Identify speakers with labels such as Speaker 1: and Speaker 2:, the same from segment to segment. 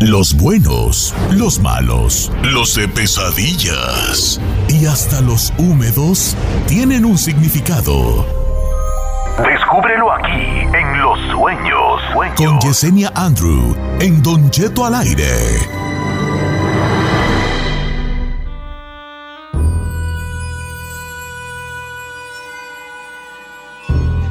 Speaker 1: Los buenos, los malos, los de pesadillas y hasta los húmedos tienen un significado.
Speaker 2: Descúbrelo aquí en Los Sueños. sueños.
Speaker 1: Con Yesenia Andrew en Don Cheto al aire.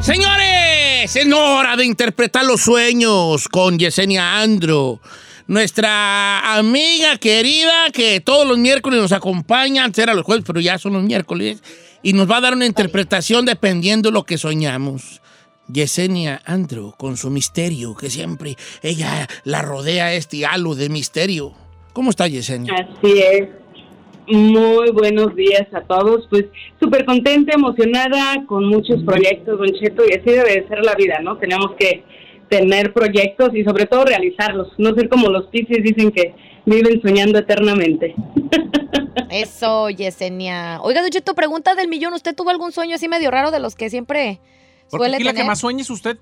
Speaker 3: Señores, es hora de interpretar los sueños con Yesenia Andrew nuestra amiga querida que todos los miércoles nos acompaña, antes era los jueves, pero ya son los miércoles, y nos va a dar una interpretación dependiendo lo que soñamos. Yesenia Andrew, con su misterio, que siempre ella la rodea este halo de misterio. ¿Cómo está Yesenia?
Speaker 4: Así es. Muy buenos días a todos. Pues súper contenta, emocionada, con muchos proyectos, Don Cheto, y así debe ser la vida, ¿no? Tenemos que tener proyectos y sobre todo realizarlos. No ser como los piscis dicen que viven soñando eternamente.
Speaker 5: Eso, Yesenia. Oiga, Don Cheto, pregunta del millón. ¿Usted tuvo algún sueño así medio raro de los que siempre
Speaker 6: ¿Por qué
Speaker 5: suele
Speaker 6: aquí la
Speaker 5: tener?
Speaker 6: que más sueñes usted?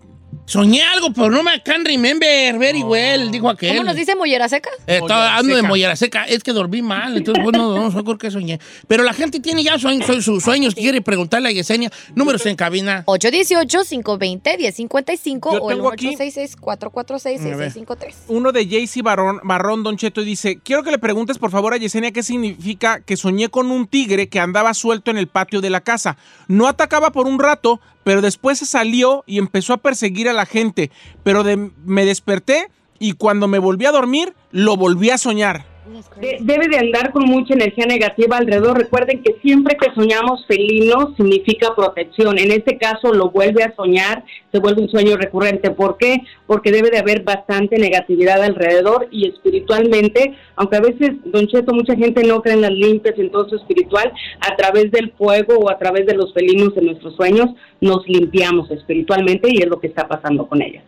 Speaker 3: Soñé algo, pero no me can remember very well, dijo aquel.
Speaker 5: ¿Cómo nos dice Mollera Seca?
Speaker 3: Eh, Estaba ando de
Speaker 6: Mollera Seca.
Speaker 3: mollera seca, es que dormí mal, entonces bueno, no sé por qué soñé. Pero la gente tiene ya sueños, sus sueños, quiere preguntarle a Yesenia, números en cabina.
Speaker 5: 818-520-1055
Speaker 6: Yo
Speaker 5: o el
Speaker 6: tengo aquí-
Speaker 5: 866-446-6653.
Speaker 6: Uno de JC Barrón, Barrón Don Cheto y dice, quiero que le preguntes por favor a Yesenia qué significa que soñé con un tigre que andaba suelto en el patio de la casa. No atacaba por un rato, pero después se salió y empezó a perseguir a la gente. Pero de- me desperté y cuando me volví a dormir, lo volví a soñar.
Speaker 4: De- debe de andar con mucha energía negativa alrededor. Recuerden que siempre que soñamos felino significa protección. En este caso lo vuelve a soñar, se vuelve un sueño recurrente. ¿Por qué? Porque debe de haber bastante negatividad alrededor y espiritualmente, aunque a veces, don Cheto, mucha gente no cree en las limpias, entonces espiritual, a través del fuego o a través de los felinos de nuestros sueños, nos limpiamos espiritualmente y es lo que está pasando con ellas.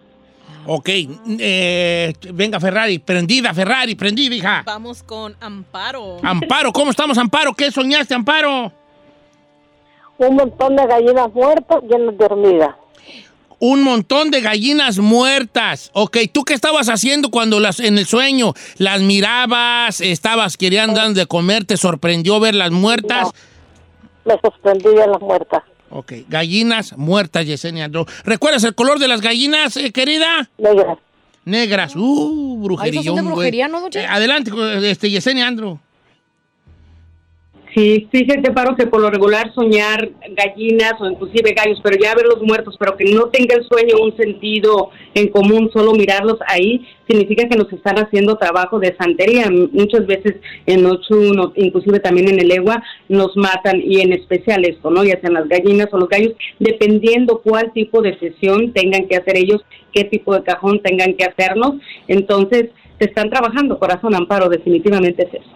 Speaker 3: Ok, eh, venga Ferrari, prendida Ferrari, prendida hija.
Speaker 7: Vamos con Amparo.
Speaker 3: Amparo, ¿cómo estamos Amparo? ¿Qué soñaste Amparo?
Speaker 8: un montón de gallinas muertas llenas de hormigas.
Speaker 3: Un montón de gallinas muertas. Ok, ¿tú qué estabas haciendo cuando las en el sueño las mirabas, estabas queriendo dar de comer, te sorprendió verlas muertas?
Speaker 8: Me sorprendí de las muertas.
Speaker 3: Ok, gallinas muertas, Yesenia. Andro. ¿Recuerdas el color de las gallinas, eh, querida?
Speaker 8: Negras.
Speaker 3: Negras. Uh,
Speaker 5: Ay, esos Ah,
Speaker 3: brujerillón,
Speaker 5: son de
Speaker 3: güey.
Speaker 5: brujería, ¿no, Don Cheto?
Speaker 3: Eh, adelante, este, Yesenia Andro.
Speaker 4: Sí, fíjate, Paro, que por lo regular soñar gallinas o inclusive gallos, pero ya verlos muertos, pero que no tenga el sueño un sentido en común, solo mirarlos ahí, significa que nos están haciendo trabajo de santería. Muchas veces en Ochu, no- inclusive también en el Egua, nos matan y en especial esto, ¿no? Ya sean las gallinas o los gallos, dependiendo cuál tipo de sesión tengan que hacer ellos, qué tipo de cajón tengan que hacernos. Entonces, te están trabajando, corazón, amparo, definitivamente es eso.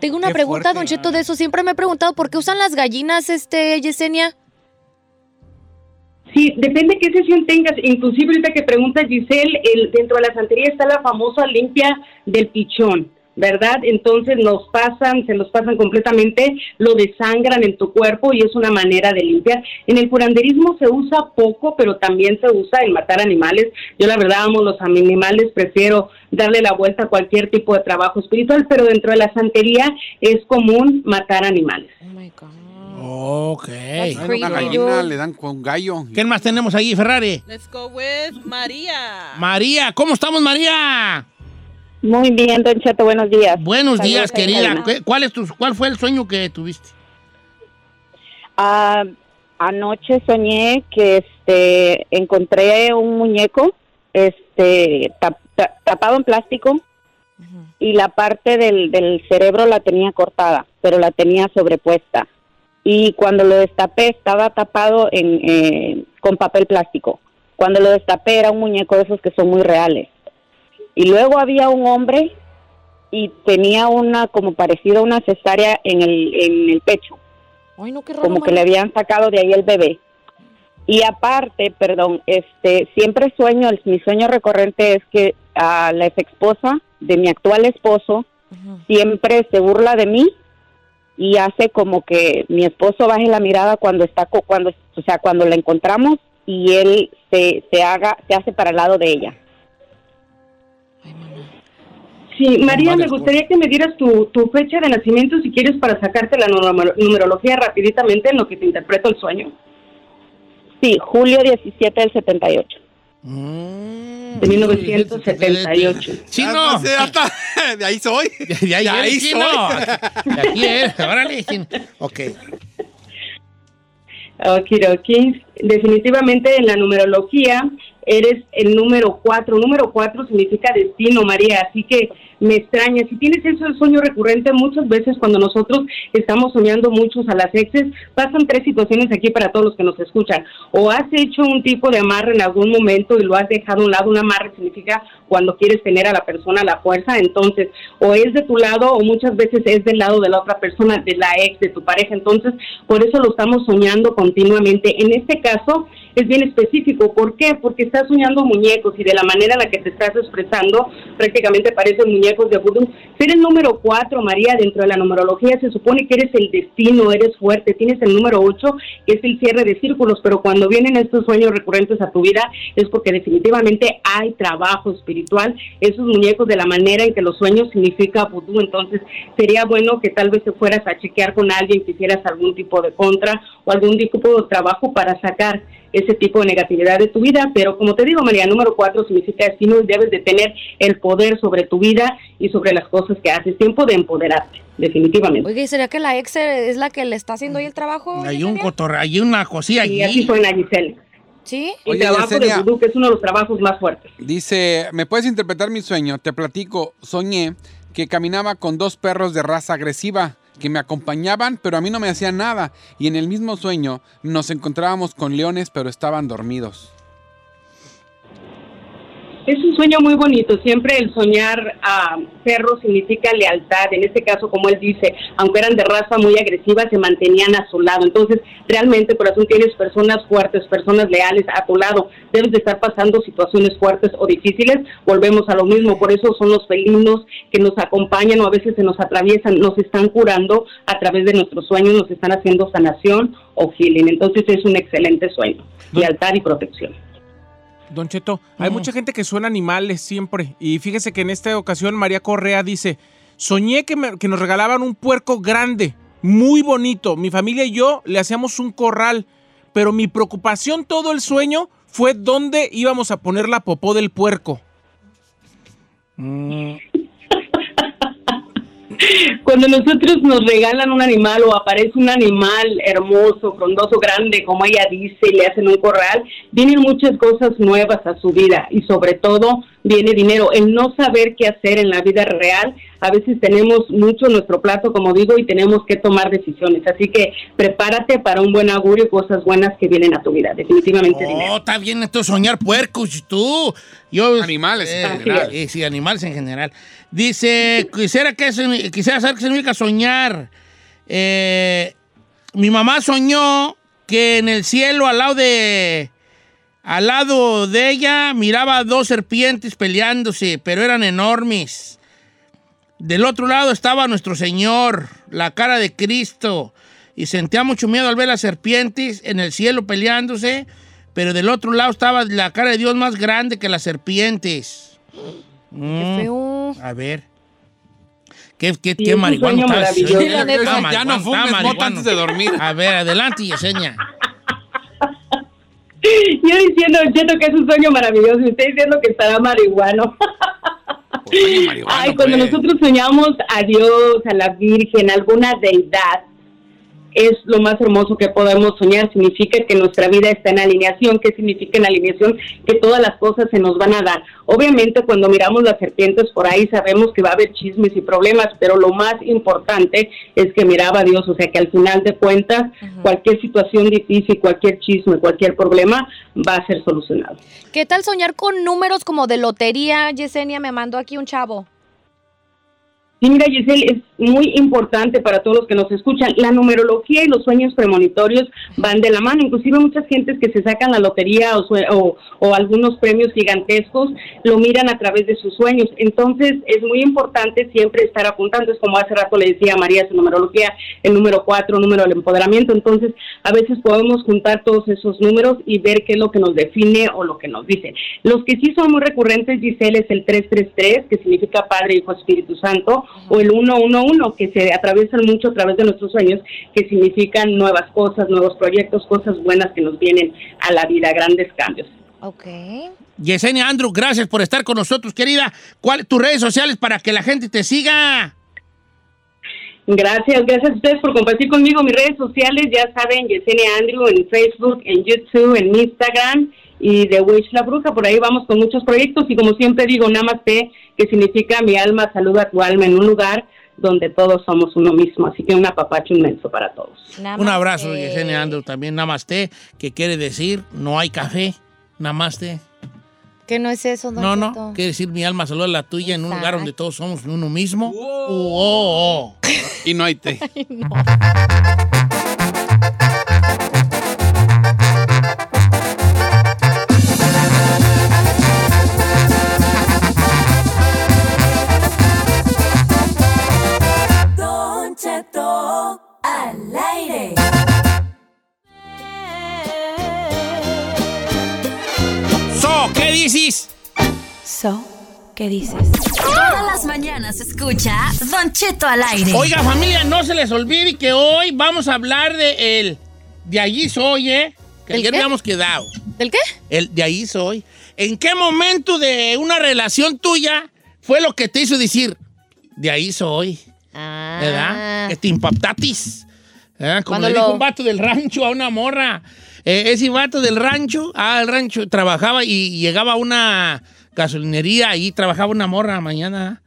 Speaker 5: Tengo una
Speaker 6: Qué
Speaker 5: pregunta,
Speaker 6: fuerte,
Speaker 5: Don Cheto,
Speaker 6: ¿no?
Speaker 5: de eso. Siempre me he preguntado por qué usan las gallinas, este, Yesenia.
Speaker 4: Sí, depende qué sesión tengas. Inclusive ahorita que pregunta Giselle, el, dentro de la santería está la famosa limpia del pichón, ¿verdad? Entonces nos pasan, se los pasan completamente, lo desangran en tu cuerpo y es una manera de limpiar. En el curanderismo se usa poco, pero también se usa el matar animales. Yo la verdad amo los animales, prefiero darle la vuelta a cualquier tipo de trabajo espiritual, pero dentro de la santería es común matar animales.
Speaker 5: Oh, my God.
Speaker 3: Ok.
Speaker 9: Bueno,
Speaker 5: That's
Speaker 9: una
Speaker 5: creepy,
Speaker 9: gallina
Speaker 5: dude.
Speaker 9: le dan con un gallo.
Speaker 3: ¿Qué más tenemos ahí, Ferrari?
Speaker 7: Let's go with María.
Speaker 3: María, ¿cómo estamos, María?
Speaker 8: Muy bien, Don Cheto, buenos días.
Speaker 3: Buenos
Speaker 8: Saludos,
Speaker 3: días,
Speaker 8: señora
Speaker 3: querida.
Speaker 8: Elena.
Speaker 3: ¿Qué- ¿Cuál, es tu, ¿Cuál fue el sueño que tuviste?
Speaker 8: Ah, anoche soñé que este encontré un muñeco este tap- ta- tapado en plástico y la parte del, del cerebro la tenía cortada, pero la tenía sobrepuesta. Y cuando lo destapé estaba tapado en, eh, con papel plástico. Cuando lo destapé era un muñeco de esos que son muy reales. Y luego había un hombre y tenía una como parecido a una cesárea en el, en el pecho
Speaker 5: Ay, no, qué raro.
Speaker 8: como que le
Speaker 5: María.
Speaker 8: habían sacado de ahí el bebé. Y aparte, perdón, este, siempre sueño, el- mi sueño recurrente es que a la ex esposa de mi actual esposo
Speaker 5: Ujú.
Speaker 8: siempre se burla de mí y hace como que mi esposo baje la mirada cuando está co- cuando o sea, cuando la encontramos y él se, se haga se hace para el lado de ella.
Speaker 4: Sí, María, me
Speaker 3: varias
Speaker 4: gustaría que me dieras tu, tu fecha de nacimiento, si quieres, para sacarte la numero- numerología rapiditamente en lo que te interpreto el sueño.
Speaker 10: Sí, julio 17 del 78.
Speaker 3: Mm.
Speaker 4: De 1978.
Speaker 3: Sí, no.
Speaker 9: Ya está, de ahí soy.
Speaker 3: De ahí,
Speaker 9: De ahí
Speaker 3: eres, sí,
Speaker 9: soy.
Speaker 3: no. De aquí eres, órale. sí. Ok.
Speaker 4: Okidoki. Definitivamente en la numerología eres el número cuatro. Número cuatro significa destino, María. Así que me extraña. Si tienes eso el sueño recurrente, muchas veces cuando nosotros estamos soñando muchos a las exes, pasan tres situaciones aquí para todos los que nos escuchan. O has hecho un tipo de amarre en algún momento y lo has dejado a un lado. Un amarre significa cuando quieres tener a la persona a la fuerza. Entonces, o es de tu lado o muchas veces es del lado de la otra persona, de la ex, de tu pareja. Entonces, por eso lo estamos soñando continuamente. En este caso es bien específico. ¿Por qué? Porque estás soñando muñecos y de la manera en la que te estás expresando prácticamente parecen muñecos de vudú. Ser el número cuatro, María, dentro de la numerología se supone que eres el destino, eres fuerte. Tienes el número ocho, que es el cierre de círculos, pero cuando vienen estos sueños recurrentes a tu vida es porque definitivamente hay trabajo espiritual. Esos muñecos de la manera en que los sueños significa vudú, entonces sería bueno que tal vez te fueras a chequear con alguien, que hicieras algún tipo de contra o algún tipo de trabajo para sacar ese tipo de negatividad de tu vida. Pero como te digo, María, número cuatro significa destino y debes de tener el poder sobre tu vida y sobre las cosas que haces. Tiempo de empoderarte, definitivamente.
Speaker 5: Oiga, ¿y sería que la ex es la que le está haciendo ahí el trabajo?
Speaker 3: Hay un
Speaker 5: Yesenia?
Speaker 3: cotorra, hay una cosilla
Speaker 4: Y así
Speaker 3: allí.
Speaker 4: fue en Giselle.
Speaker 5: ¿Sí?
Speaker 4: El
Speaker 9: Oye,
Speaker 4: trabajo
Speaker 9: Yesenia.
Speaker 4: de vudú, que es uno de los trabajos más fuertes.
Speaker 9: Dice, ¿me puedes interpretar mi sueño? Te platico, soñé que caminaba con dos perros de raza agresiva que me acompañaban, pero a mí no me hacían nada. Y en el mismo sueño nos encontrábamos con leones, pero estaban dormidos.
Speaker 4: Es un sueño muy bonito. Siempre el soñar a perros significa lealtad. En este caso, como él dice, aunque eran de raza muy agresiva, se mantenían a su lado. Entonces, realmente, corazón, tienes personas fuertes, personas leales a tu lado. Debes de estar pasando situaciones fuertes o difíciles. Volvemos a lo mismo. Por eso son los felinos que nos acompañan o a veces se nos atraviesan. Nos están curando a través de nuestros sueños, nos están haciendo sanación o healing. Entonces, es un excelente sueño. Lealtad y protección.
Speaker 6: Don Cheto, hay mucha gente que suena animales siempre. Y fíjese que en esta ocasión María Correa dice, soñé que, me- que nos regalaban un puerco grande, muy bonito. Mi familia y yo le hacíamos un corral, pero mi preocupación todo el sueño fue dónde íbamos a poner la popó del puerco.
Speaker 4: Cuando nosotros nos regalan un animal o aparece un animal hermoso, frondoso, grande, como ella dice, y le hacen un corral, vienen muchas cosas nuevas a su vida y sobre todo viene dinero. El no saber qué hacer en la vida real, a veces tenemos mucho en nuestro plato, como digo, y tenemos que tomar decisiones. Así que prepárate para un buen augurio y cosas buenas que vienen a tu vida, definitivamente
Speaker 3: No,
Speaker 4: dinero.
Speaker 3: Oh, está bien esto soñar puercos, tú. Yo,
Speaker 9: Animales en
Speaker 3: eh,
Speaker 9: general.
Speaker 3: eh, sí, animales en general. Dice, quisiera, que, se- quisiera saber qué significa soñar. Eh, mi mamá soñó que en el cielo al lado de... Al lado de ella miraba dos serpientes peleándose, pero eran enormes. Del otro lado estaba nuestro Señor, la cara de Cristo, y sentía mucho miedo al ver las serpientes en el cielo peleándose, pero del otro lado estaba la cara de Dios más grande que las serpientes.
Speaker 5: Qué
Speaker 3: Mm,
Speaker 5: feo.
Speaker 3: a ver. Qué, qué,
Speaker 4: Sí,
Speaker 3: qué
Speaker 4: es un
Speaker 3: marihuano
Speaker 4: sueño
Speaker 3: estás.
Speaker 4: maravilloso. Sí,
Speaker 5: la neta.
Speaker 3: Está
Speaker 9: Ya no
Speaker 3: marihuano, está
Speaker 9: fumes mota
Speaker 3: marihuano.
Speaker 9: antes de dormir.
Speaker 3: A ver, adelante, Yesenia.
Speaker 4: Yo diciendo, siento que es un sueño maravilloso y usted diciendo que estará marihuano.
Speaker 9: Pues, oye, marihuana,
Speaker 4: Ay, cuando
Speaker 9: pues.
Speaker 4: nosotros soñamos a Dios, a la Virgen, a alguna deidad, es lo más hermoso que podemos soñar. Significa que nuestra vida está en alineación. ¿Qué significa en alineación? Que todas las cosas se nos van a dar. Obviamente, cuando miramos las serpientes por ahí, sabemos que va a haber chismes y problemas, pero lo más importante es que miraba a Dios. O sea, que al final de cuentas, cualquier situación difícil, cualquier chisme, cualquier problema va a ser solucionado.
Speaker 5: ¿Qué tal soñar con números como de lotería? Yesenia me mandó aquí un chavo.
Speaker 4: Sí, mira, Giselle, es muy importante para todos los que nos escuchan. La numerología y los sueños premonitorios van de la mano. Inclusive muchas gentes que se sacan la lotería o, sue- o- o algunos premios gigantescos lo miran a través de sus sueños. Entonces, es muy importante siempre estar apuntando. Es como hace rato le decía a María, su numerología, el número 4, número del empoderamiento. Entonces, a veces podemos juntar todos esos números y ver qué es lo que nos define o lo que nos dice. Los que sí son muy recurrentes, Giselle, es el 333, que significa Padre, Hijo, Espíritu Santo, o el 111, que se atraviesan mucho a través de nuestros sueños, que significan nuevas cosas, nuevos proyectos, cosas buenas que nos vienen a la vida, grandes cambios.
Speaker 5: Ok.
Speaker 3: Yesenia Andrew, gracias por estar con nosotros, querida. ¿Cuál tus redes sociales para que la gente te siga?
Speaker 4: Gracias, gracias a ustedes por compartir conmigo mis redes sociales. Ya saben, Yesenia Andrew en Facebook, en YouTube, en Instagram y de Wish la Bruja. Por ahí vamos con muchos proyectos y como siempre digo, Namaste, que significa mi alma saluda a tu alma en un lugar donde todos somos uno mismo. Así que un apapacho inmenso para todos.
Speaker 3: Un abrazo, Yesenia Andrew, también Namaste, que quiere decir no hay café. Namaste.
Speaker 5: ¿Qué no es eso, don
Speaker 3: No, no,
Speaker 5: Cheto?
Speaker 3: quiere decir mi alma saluda a la tuya en un lugar
Speaker 5: Exacto.
Speaker 3: donde todos somos uno mismo. Oh, oh, oh.
Speaker 9: Y no hay té.
Speaker 3: So, ¿qué dices?
Speaker 11: So, ¿qué dices?
Speaker 12: Todas las mañanas escucha Don Cheto al aire.
Speaker 3: Oiga, familia, no se les olvide que hoy vamos a hablar de el de allí soy, ¿eh? Que
Speaker 5: ¿El
Speaker 3: ayer
Speaker 5: qué?
Speaker 3: habíamos quedado.
Speaker 5: ¿Del qué?
Speaker 3: El de ahí soy. ¿En qué momento de una relación tuya fue lo que te hizo decir, de ahí soy?
Speaker 5: Ah.
Speaker 3: ¿Verdad? Que te impactatis. ¿verdad? Como
Speaker 5: Cuando
Speaker 3: le dijo
Speaker 5: lo-
Speaker 3: un vato del rancho a una morra. Eh, ese vato del rancho, ah, el rancho, trabajaba y llegaba a una gasolinería y trabajaba una morra a la mañana.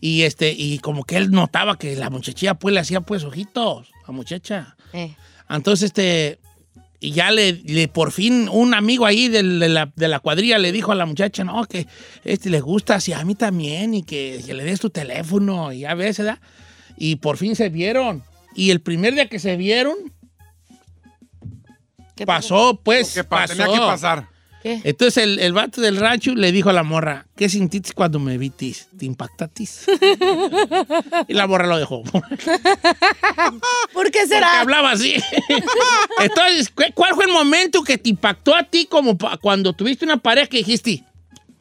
Speaker 3: Y este, y como que él notaba que la muchachilla pues le hacía pues ojitos, la muchacha.
Speaker 5: Eh.
Speaker 3: Entonces, este, y ya le, le- por fin un amigo ahí del- de, la, de la cuadrilla le dijo a la muchacha, no, que este le gusta, así a mí también, y que, que le des tu teléfono, y a veces, ¿da? Y por fin se vieron. Y el primer día que se vieron,
Speaker 5: ¿Qué
Speaker 3: pasó, pues,
Speaker 9: Que pa-
Speaker 3: pasó.
Speaker 9: tenía que pasar.
Speaker 5: ¿Qué?
Speaker 3: Entonces el, el vato del rancho le dijo a la morra, ¿qué sintiste cuando me vitis? ¿Te impactatis? y la morra lo dejó.
Speaker 5: ¿Por qué
Speaker 3: Porque
Speaker 5: será?
Speaker 3: hablaba así. Entonces, ¿cu- ¿cuál fue el momento que te impactó a ti como pa- cuando tuviste una pareja que dijiste,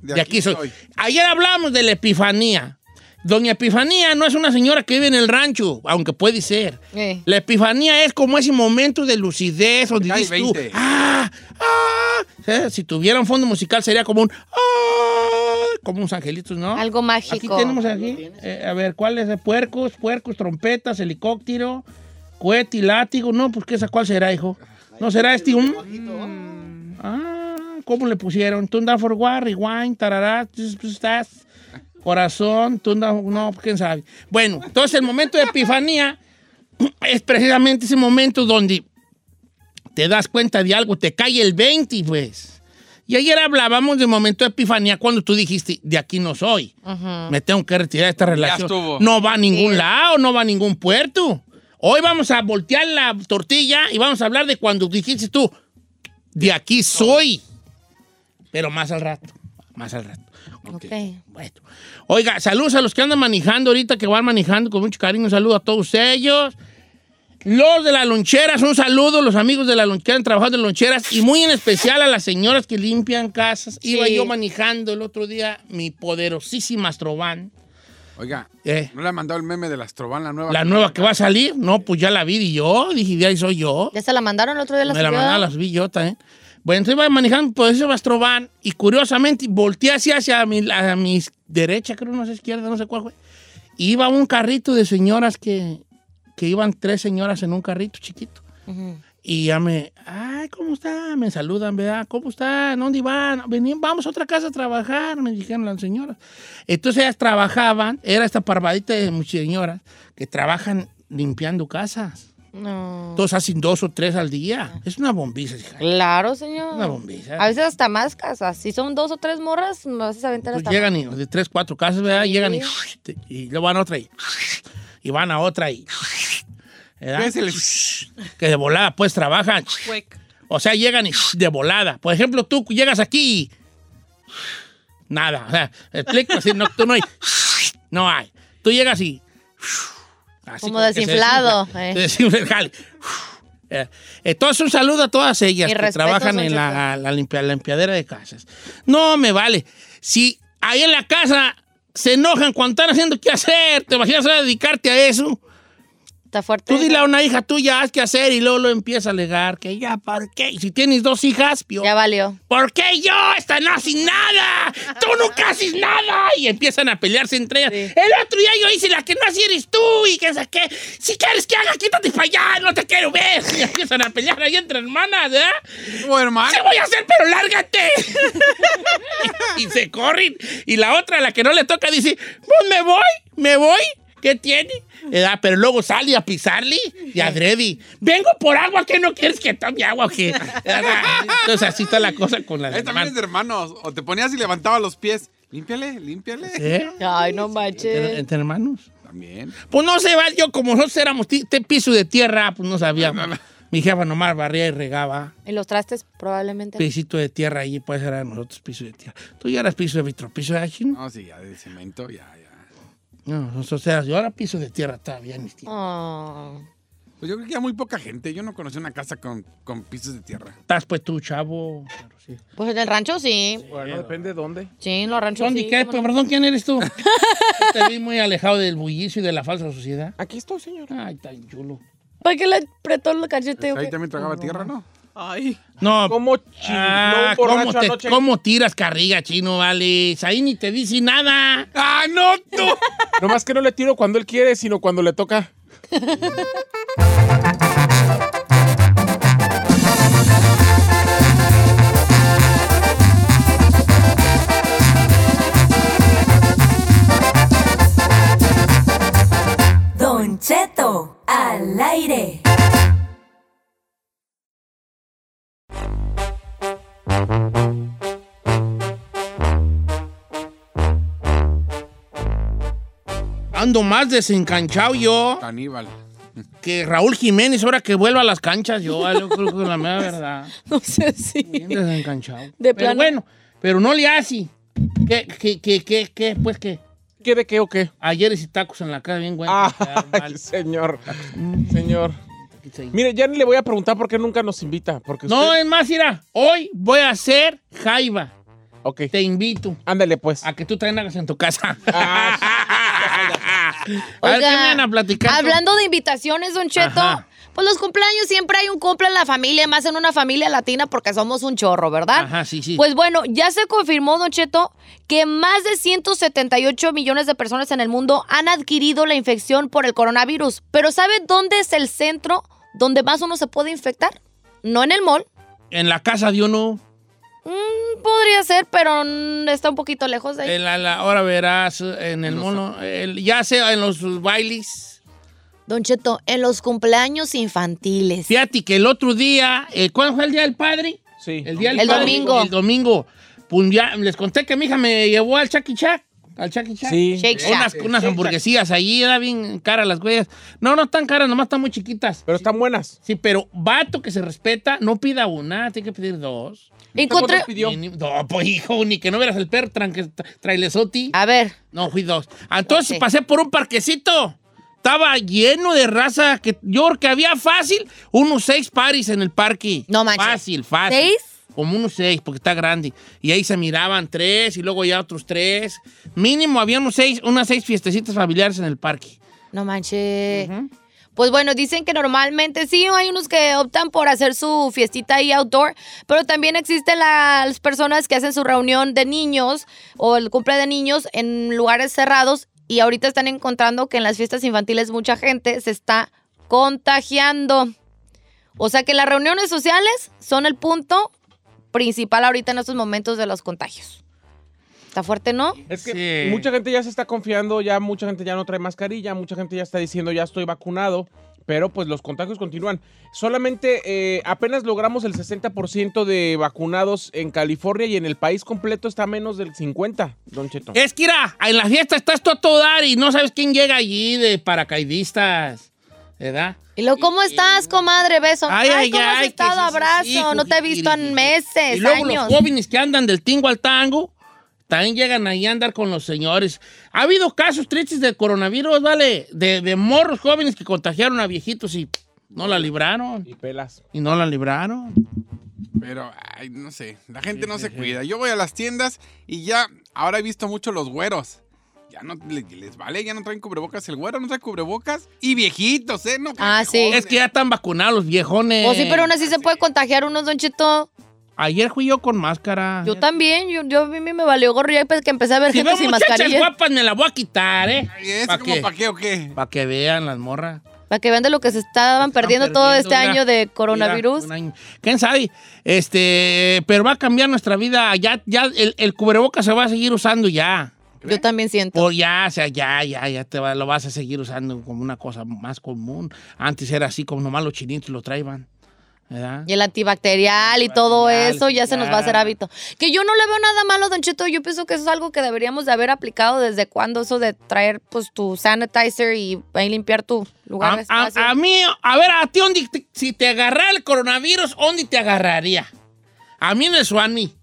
Speaker 3: de, aquí, soy? Ayer hablábamos de la Epifanía. Doña Epifanía no es una señora que vive en el rancho, aunque puede ser.
Speaker 5: Eh.
Speaker 3: La Epifanía es como ese momento de lucidez donde
Speaker 9: Cae
Speaker 3: dices tú,
Speaker 9: 20.
Speaker 3: ah, ah. O sea, Si tuviera un fondo musical sería como un, ah, como unos angelitos, ¿no?
Speaker 5: Algo mágico.
Speaker 3: Aquí tenemos aquí. eh, a ver, ¿cuál es? Puercos, puercos, trompetas, helicóptero, cohete y látigo. No, pues ¿qué esa cuál será, hijo? ¿No será este un? Ah, ¿cómo le pusieron? Tunda for War, Rewind, tarará, tis, tis, tas, corazón, tunda, no, pues, quién sabe. Bueno, entonces el momento de epifanía es precisamente ese momento donde te das cuenta de algo, te cae el 20, pues. Y ayer hablábamos del momento de epifanía cuando tú dijiste, de aquí no soy. Me tengo que retirar de esta relación.
Speaker 9: estuvo.
Speaker 3: No va a ningún
Speaker 5: Sí.
Speaker 3: lado, no va a ningún puerto. Hoy vamos a voltear la tortilla y vamos a hablar de cuando dijiste tú, de aquí soy. Pero más al rato, más al rato.
Speaker 5: Ok.
Speaker 3: Bueno. Oiga, saludos a los que andan manejando ahorita, que van manejando con mucho cariño. Un saludo a todos ellos. Los de las loncheras, un saludo. Los amigos de la lonchera, han trabajado en loncheras. Y muy en especial a las señoras que limpian casas. Iba
Speaker 5: Sí.
Speaker 3: yo manejando el otro día mi poderosísima Astrovan.
Speaker 9: Oiga,
Speaker 3: Eh,
Speaker 9: ¿no le ha mandado el meme de la Astrobán, la nueva? Eh,
Speaker 3: la nueva que va a salir. No, pues ya la vi y yo. Dije, de ahí soy yo.
Speaker 5: ¿Ya se la mandaron el otro día a la
Speaker 3: Me la
Speaker 5: ciudad?
Speaker 3: mandaron las vi yo también. Bueno, entonces iba manejando por ese Astrovan. Y curiosamente volteé hacia, hacia mi, a mi derecha, creo, no sé, izquierda, no sé cuál fue. iba un carrito de señoras que, que iban tres señoras en un carrito chiquito. Y ya me, ay, ¿cómo está? Me saludan, ¿verdad? ¿Cómo están? ¿Dónde van? Vení, vamos a otra casa a trabajar, me dijeron las señoras. Entonces ellas trabajaban, era esta parvadita de muchas señoras que trabajan limpiando casas.
Speaker 5: No.
Speaker 3: Entonces hacen dos o tres al día. Es una bombiza, hija.
Speaker 5: Claro, señor.
Speaker 3: Una bombiza.
Speaker 5: A veces hasta más casas. Si son dos o tres morras, me vas a aventar
Speaker 3: Pues
Speaker 5: hasta
Speaker 3: llegan
Speaker 5: más.
Speaker 3: y de tres, cuatro casas, ¿verdad? Llegan y, y luego van a otra y, y van a otra y. ¿verdad?
Speaker 9: ¿Qué es el-
Speaker 3: Que de volada, pues trabajan. O sea, llegan y de volada. Por ejemplo, tú llegas aquí. y- Nada. O sea, me explico, si no, tú no hay. No hay. Tú llegas y. así
Speaker 5: Como
Speaker 3: que se
Speaker 5: desinflado,
Speaker 3: desinfla-
Speaker 5: eh.
Speaker 3: se desinfla el jale. Eh, Entonces, un saludo a todas ellas
Speaker 5: Mi
Speaker 3: que
Speaker 5: respeto,
Speaker 3: trabajan
Speaker 5: Don
Speaker 3: en la, la limpia- la limpiadera de casas. No me vale. Si ahí en la casa se enojan cuando están haciendo qué hacer, te imaginas a dedicarte a eso.
Speaker 5: Está fuerte.
Speaker 3: Tú dile a una hija tuya, haz que hacer y luego lo empieza a alegar. Que ya, ¿por qué? Y si tienes dos hijas, pio. Ya
Speaker 5: valió.
Speaker 3: ¿Por qué yo? Esta no haces nada. Tú nunca haces nada. Y empiezan a pelearse entre ellas. El otro día yo hice la que no hacía eres tú. Y que saqué. Si quieres que haga, quítate para allá. No te quiero ver. Y empiezan a pelear ahí entre hermanas, ¿eh?
Speaker 9: O hermano.
Speaker 3: Se voy a hacer, pero lárgate. y se corren. Y la otra, la que no le toca, dice, pues me voy, me voy. ¿Qué tiene? Eh, ah, pero luego sale a pisarle y a Dredi. Vengo por agua, ¿qué no quieres que tome agua o qué? Ah, Entonces así está la cosa con las
Speaker 9: Eh, también es
Speaker 3: hermanas.
Speaker 9: de hermanos. O te ponías y levantabas los pies. Límpiale, límpiale.
Speaker 3: ¿Eh?
Speaker 5: Ay, no manches.
Speaker 3: ¿Entre hermanos?
Speaker 9: También.
Speaker 3: Pues no se va, yo como nosotros éramos ti- te piso de tierra, pues no sabíamos. Mi jefa nomás barría y regaba.
Speaker 5: Y los trastes probablemente.
Speaker 3: Pisito de tierra allí, pues era nosotros piso de tierra. Tú ya eras piso de vitropiso de allí, ¿no?
Speaker 9: No, sí, ya de cemento, ya, ya.
Speaker 3: No, nosotros eras, yo era piso de tierra todavía, mis tíos.
Speaker 5: Ah.
Speaker 9: Pues yo creo que ya muy poca gente. Yo no conocí una casa con, con pisos de tierra.
Speaker 3: Estás pues tú, chavo. Claro, sí.
Speaker 5: Pues en el rancho sí.
Speaker 6: Bueno, depende de dónde.
Speaker 5: Sí, en los ranchos
Speaker 3: Sondi,
Speaker 5: sí.
Speaker 3: ¿qué? Pues,
Speaker 5: cómo no.
Speaker 3: Perdón, ¿quién eres tú? Yo te vi muy alejado del bullicio y de la falsa sociedad.
Speaker 6: Aquí estoy, señor.
Speaker 3: Ay, tan chulo.
Speaker 5: ¿Para qué le apretó el cachete?
Speaker 9: Ahí también tragaba tierra, ¿no?
Speaker 6: Ay.
Speaker 3: No.
Speaker 6: ¿Cómo chifló
Speaker 3: Ah,
Speaker 6: un borracho
Speaker 3: ¿cómo, te-
Speaker 6: anoche?
Speaker 3: cómo tiras carriga, chino, vale? Ahí ni te dice nada.
Speaker 9: ¡Ah, no, tú!
Speaker 6: No más que no le tiro cuando él quiere, sino cuando le toca.
Speaker 12: Don Cheto al aire.
Speaker 3: Ando más desencanchado yo
Speaker 9: Caníbal.
Speaker 3: que Raúl Jiménez ahora que vuelva a las canchas. Yo, vale, yo creo que es la mera verdad.
Speaker 5: No sé si.
Speaker 3: Bien desencanchado.
Speaker 5: De
Speaker 3: pero
Speaker 5: plano.
Speaker 3: bueno, pero no le hace. ¿Qué, qué, qué, qué, qué? Pues que
Speaker 6: ¿Qué de qué o qué?
Speaker 3: ayer hice tacos en la casa bien bueno.
Speaker 6: Ah, Ay, señor. Señor. Mire, ya ni le voy a preguntar por qué nunca nos invita. Porque
Speaker 3: No,
Speaker 6: usted-
Speaker 3: es más, mira, hoy voy a hacer jaiba.
Speaker 6: Ok.
Speaker 3: Te invito
Speaker 6: Ándale, pues.
Speaker 3: a que tú también hagas en tu casa.
Speaker 9: Ah,
Speaker 3: a ver, ¿qué me van
Speaker 5: Ah, Oiga,
Speaker 3: a platicar?
Speaker 5: hablando de invitaciones, Don Cheto,
Speaker 3: Ajá.
Speaker 5: pues los cumpleaños siempre hay un cumple en la familia, más en una familia latina porque somos un chorro, ¿verdad?
Speaker 3: Ajá, sí, sí.
Speaker 5: Pues bueno, ya se confirmó, Don Cheto, que más de 178 millones de personas en el mundo han adquirido la infección por el coronavirus. Pero ¿sabe dónde es el centro donde más uno se puede infectar? No en el mall.
Speaker 3: En la casa de uno,
Speaker 5: Mm, Podría ser, pero mm, está un poquito lejos de ahí.
Speaker 3: en la- la- ahora verás, en el mono, el- ya sea en los bailes.
Speaker 5: Don Cheto, en los cumpleaños infantiles.
Speaker 3: Fíjate que el otro día, eh, ¿cuándo fue el Día del Padre?
Speaker 6: Sí.
Speaker 3: El día del
Speaker 5: El
Speaker 3: padre,
Speaker 5: domingo.
Speaker 3: El domingo. Pues ya les conté que mi hija me llevó al Chucky Chuck. E. Al Chucky Chuck.
Speaker 6: Sí.
Speaker 5: Shake Shack.
Speaker 3: Unas, unas hamburguesías ahí, era bien cara las huellas. No, no están caras, nomás están muy chiquitas.
Speaker 6: Pero están buenas.
Speaker 3: Sí, pero vato que se respeta, no pida una, tiene que pedir dos.
Speaker 5: Encontré.
Speaker 6: ¿Cuántas pidió?
Speaker 3: Mínimo- No, pues hijo, ni que no vieras el perro tranque- tra- trailesoti.
Speaker 5: A ver.
Speaker 3: No, fui dos. Entonces
Speaker 5: Ah. Ok.
Speaker 3: pasé por un parquecito. Estaba lleno de raza que yo creo que había fácil unos seis paris en el parque.
Speaker 5: No manches.
Speaker 3: Fácil, fácil.
Speaker 5: ¿Seis?
Speaker 3: Como unos seis, porque está grande. Y ahí se miraban tres y luego ya otros tres. Mínimo había unos seis, unas seis fiestecitas familiares en el parque.
Speaker 5: No manches. Pues bueno, dicen que normalmente sí, hay unos que optan por hacer su fiestita ahí outdoor, pero también existen las personas que hacen su reunión de niños o el cumple de niños en lugares cerrados y ahorita están encontrando que en las fiestas infantiles mucha gente se está contagiando. O sea que las reuniones sociales son el punto principal ahorita en estos momentos de los contagios. Está fuerte, ¿no?
Speaker 6: Es que
Speaker 3: Sí.
Speaker 6: mucha gente ya se está confiando, ya mucha gente ya no trae mascarilla, mucha gente ya está diciendo ya estoy vacunado. pero pues los contagios continúan. Solamente eh, apenas logramos el 60% de vacunados en California y en el país completo está menos del 50, Don Cheto.
Speaker 9: Eh.
Speaker 3: Es que irá, en la fiesta estás tú a todo dar y no sabes quién llega allí de paracaidistas, ¿verdad?
Speaker 5: Y luego, ¿cómo estás, comadre? Beso.
Speaker 3: Ay,
Speaker 5: Ay,
Speaker 3: ay,
Speaker 5: ¿cómo has
Speaker 3: ay, que
Speaker 5: estado?
Speaker 3: sí, sí,
Speaker 5: Abrazo.
Speaker 3: sí,
Speaker 5: no te he visto en meses,
Speaker 3: Y luego
Speaker 5: años.
Speaker 3: los jóvenes que andan del tingo al tango también llegan ahí a andar con los señores. Ha habido casos tristes de coronavirus, ¿vale? De, de morros jóvenes que contagiaron a viejitos y no la libraron.
Speaker 6: Y pelas.
Speaker 3: Y no la libraron.
Speaker 9: Pero, ay, no sé, la gente no se cuida. Yo voy a las tiendas y ya, ahora he visto mucho los güeros. Ya no le- les, vale, ya no traen cubrebocas. El güero no trae cubrebocas. Y viejitos, ¿eh? No,
Speaker 5: Ah, sí.
Speaker 3: Es que ya están vacunados los viejones.
Speaker 5: O sí, pero aún así se puede contagiar unos, Don Cheto.
Speaker 3: Ayer fui Ah, yo con máscara.
Speaker 5: Yo también, yo, yo a mí me valió gorro ya que empecé a ver
Speaker 3: si
Speaker 5: gente
Speaker 3: veo
Speaker 5: sin
Speaker 3: muchachas
Speaker 5: mascarilla.
Speaker 3: guapas, me la voy a quitar, ¿eh?
Speaker 9: ¿Es
Speaker 3: ¿Pa'
Speaker 9: como
Speaker 3: qué?
Speaker 9: pa' qué o qué?
Speaker 3: Para que vean las morras.
Speaker 5: Para que vean de lo que se estaban perdiendo, todo
Speaker 3: perdiendo,
Speaker 5: este
Speaker 3: mira,
Speaker 5: año de
Speaker 3: Mira,
Speaker 5: coronavirus.
Speaker 3: un año. ¿Quién sabe? Este, pero va a cambiar nuestra vida. Ya, ya el, el cubreboca se va a seguir usando ya.
Speaker 5: yo también siento.
Speaker 3: O ya, o sea, ya, ya, ya te va- lo vas a seguir usando como una cosa más común. Antes era así como nomás los chinitos lo traían. ¿verdad?
Speaker 5: Y el antibacterial y todo
Speaker 3: Antibacterial,
Speaker 5: eso ya se nos va a hacer
Speaker 3: ya.
Speaker 5: hábito. Que yo no le veo nada malo, Don Cheto. Yo pienso que eso es algo que deberíamos de haber aplicado desde cuando, eso de traer pues tu sanitizer y ahí limpiar tu lugar.
Speaker 3: A, a-
Speaker 5: espacio.
Speaker 3: a mí, a ver, a ti, ¿dónde te- si te agarrara el coronavirus, ¿dónde te agarraría? A mí en el Suami.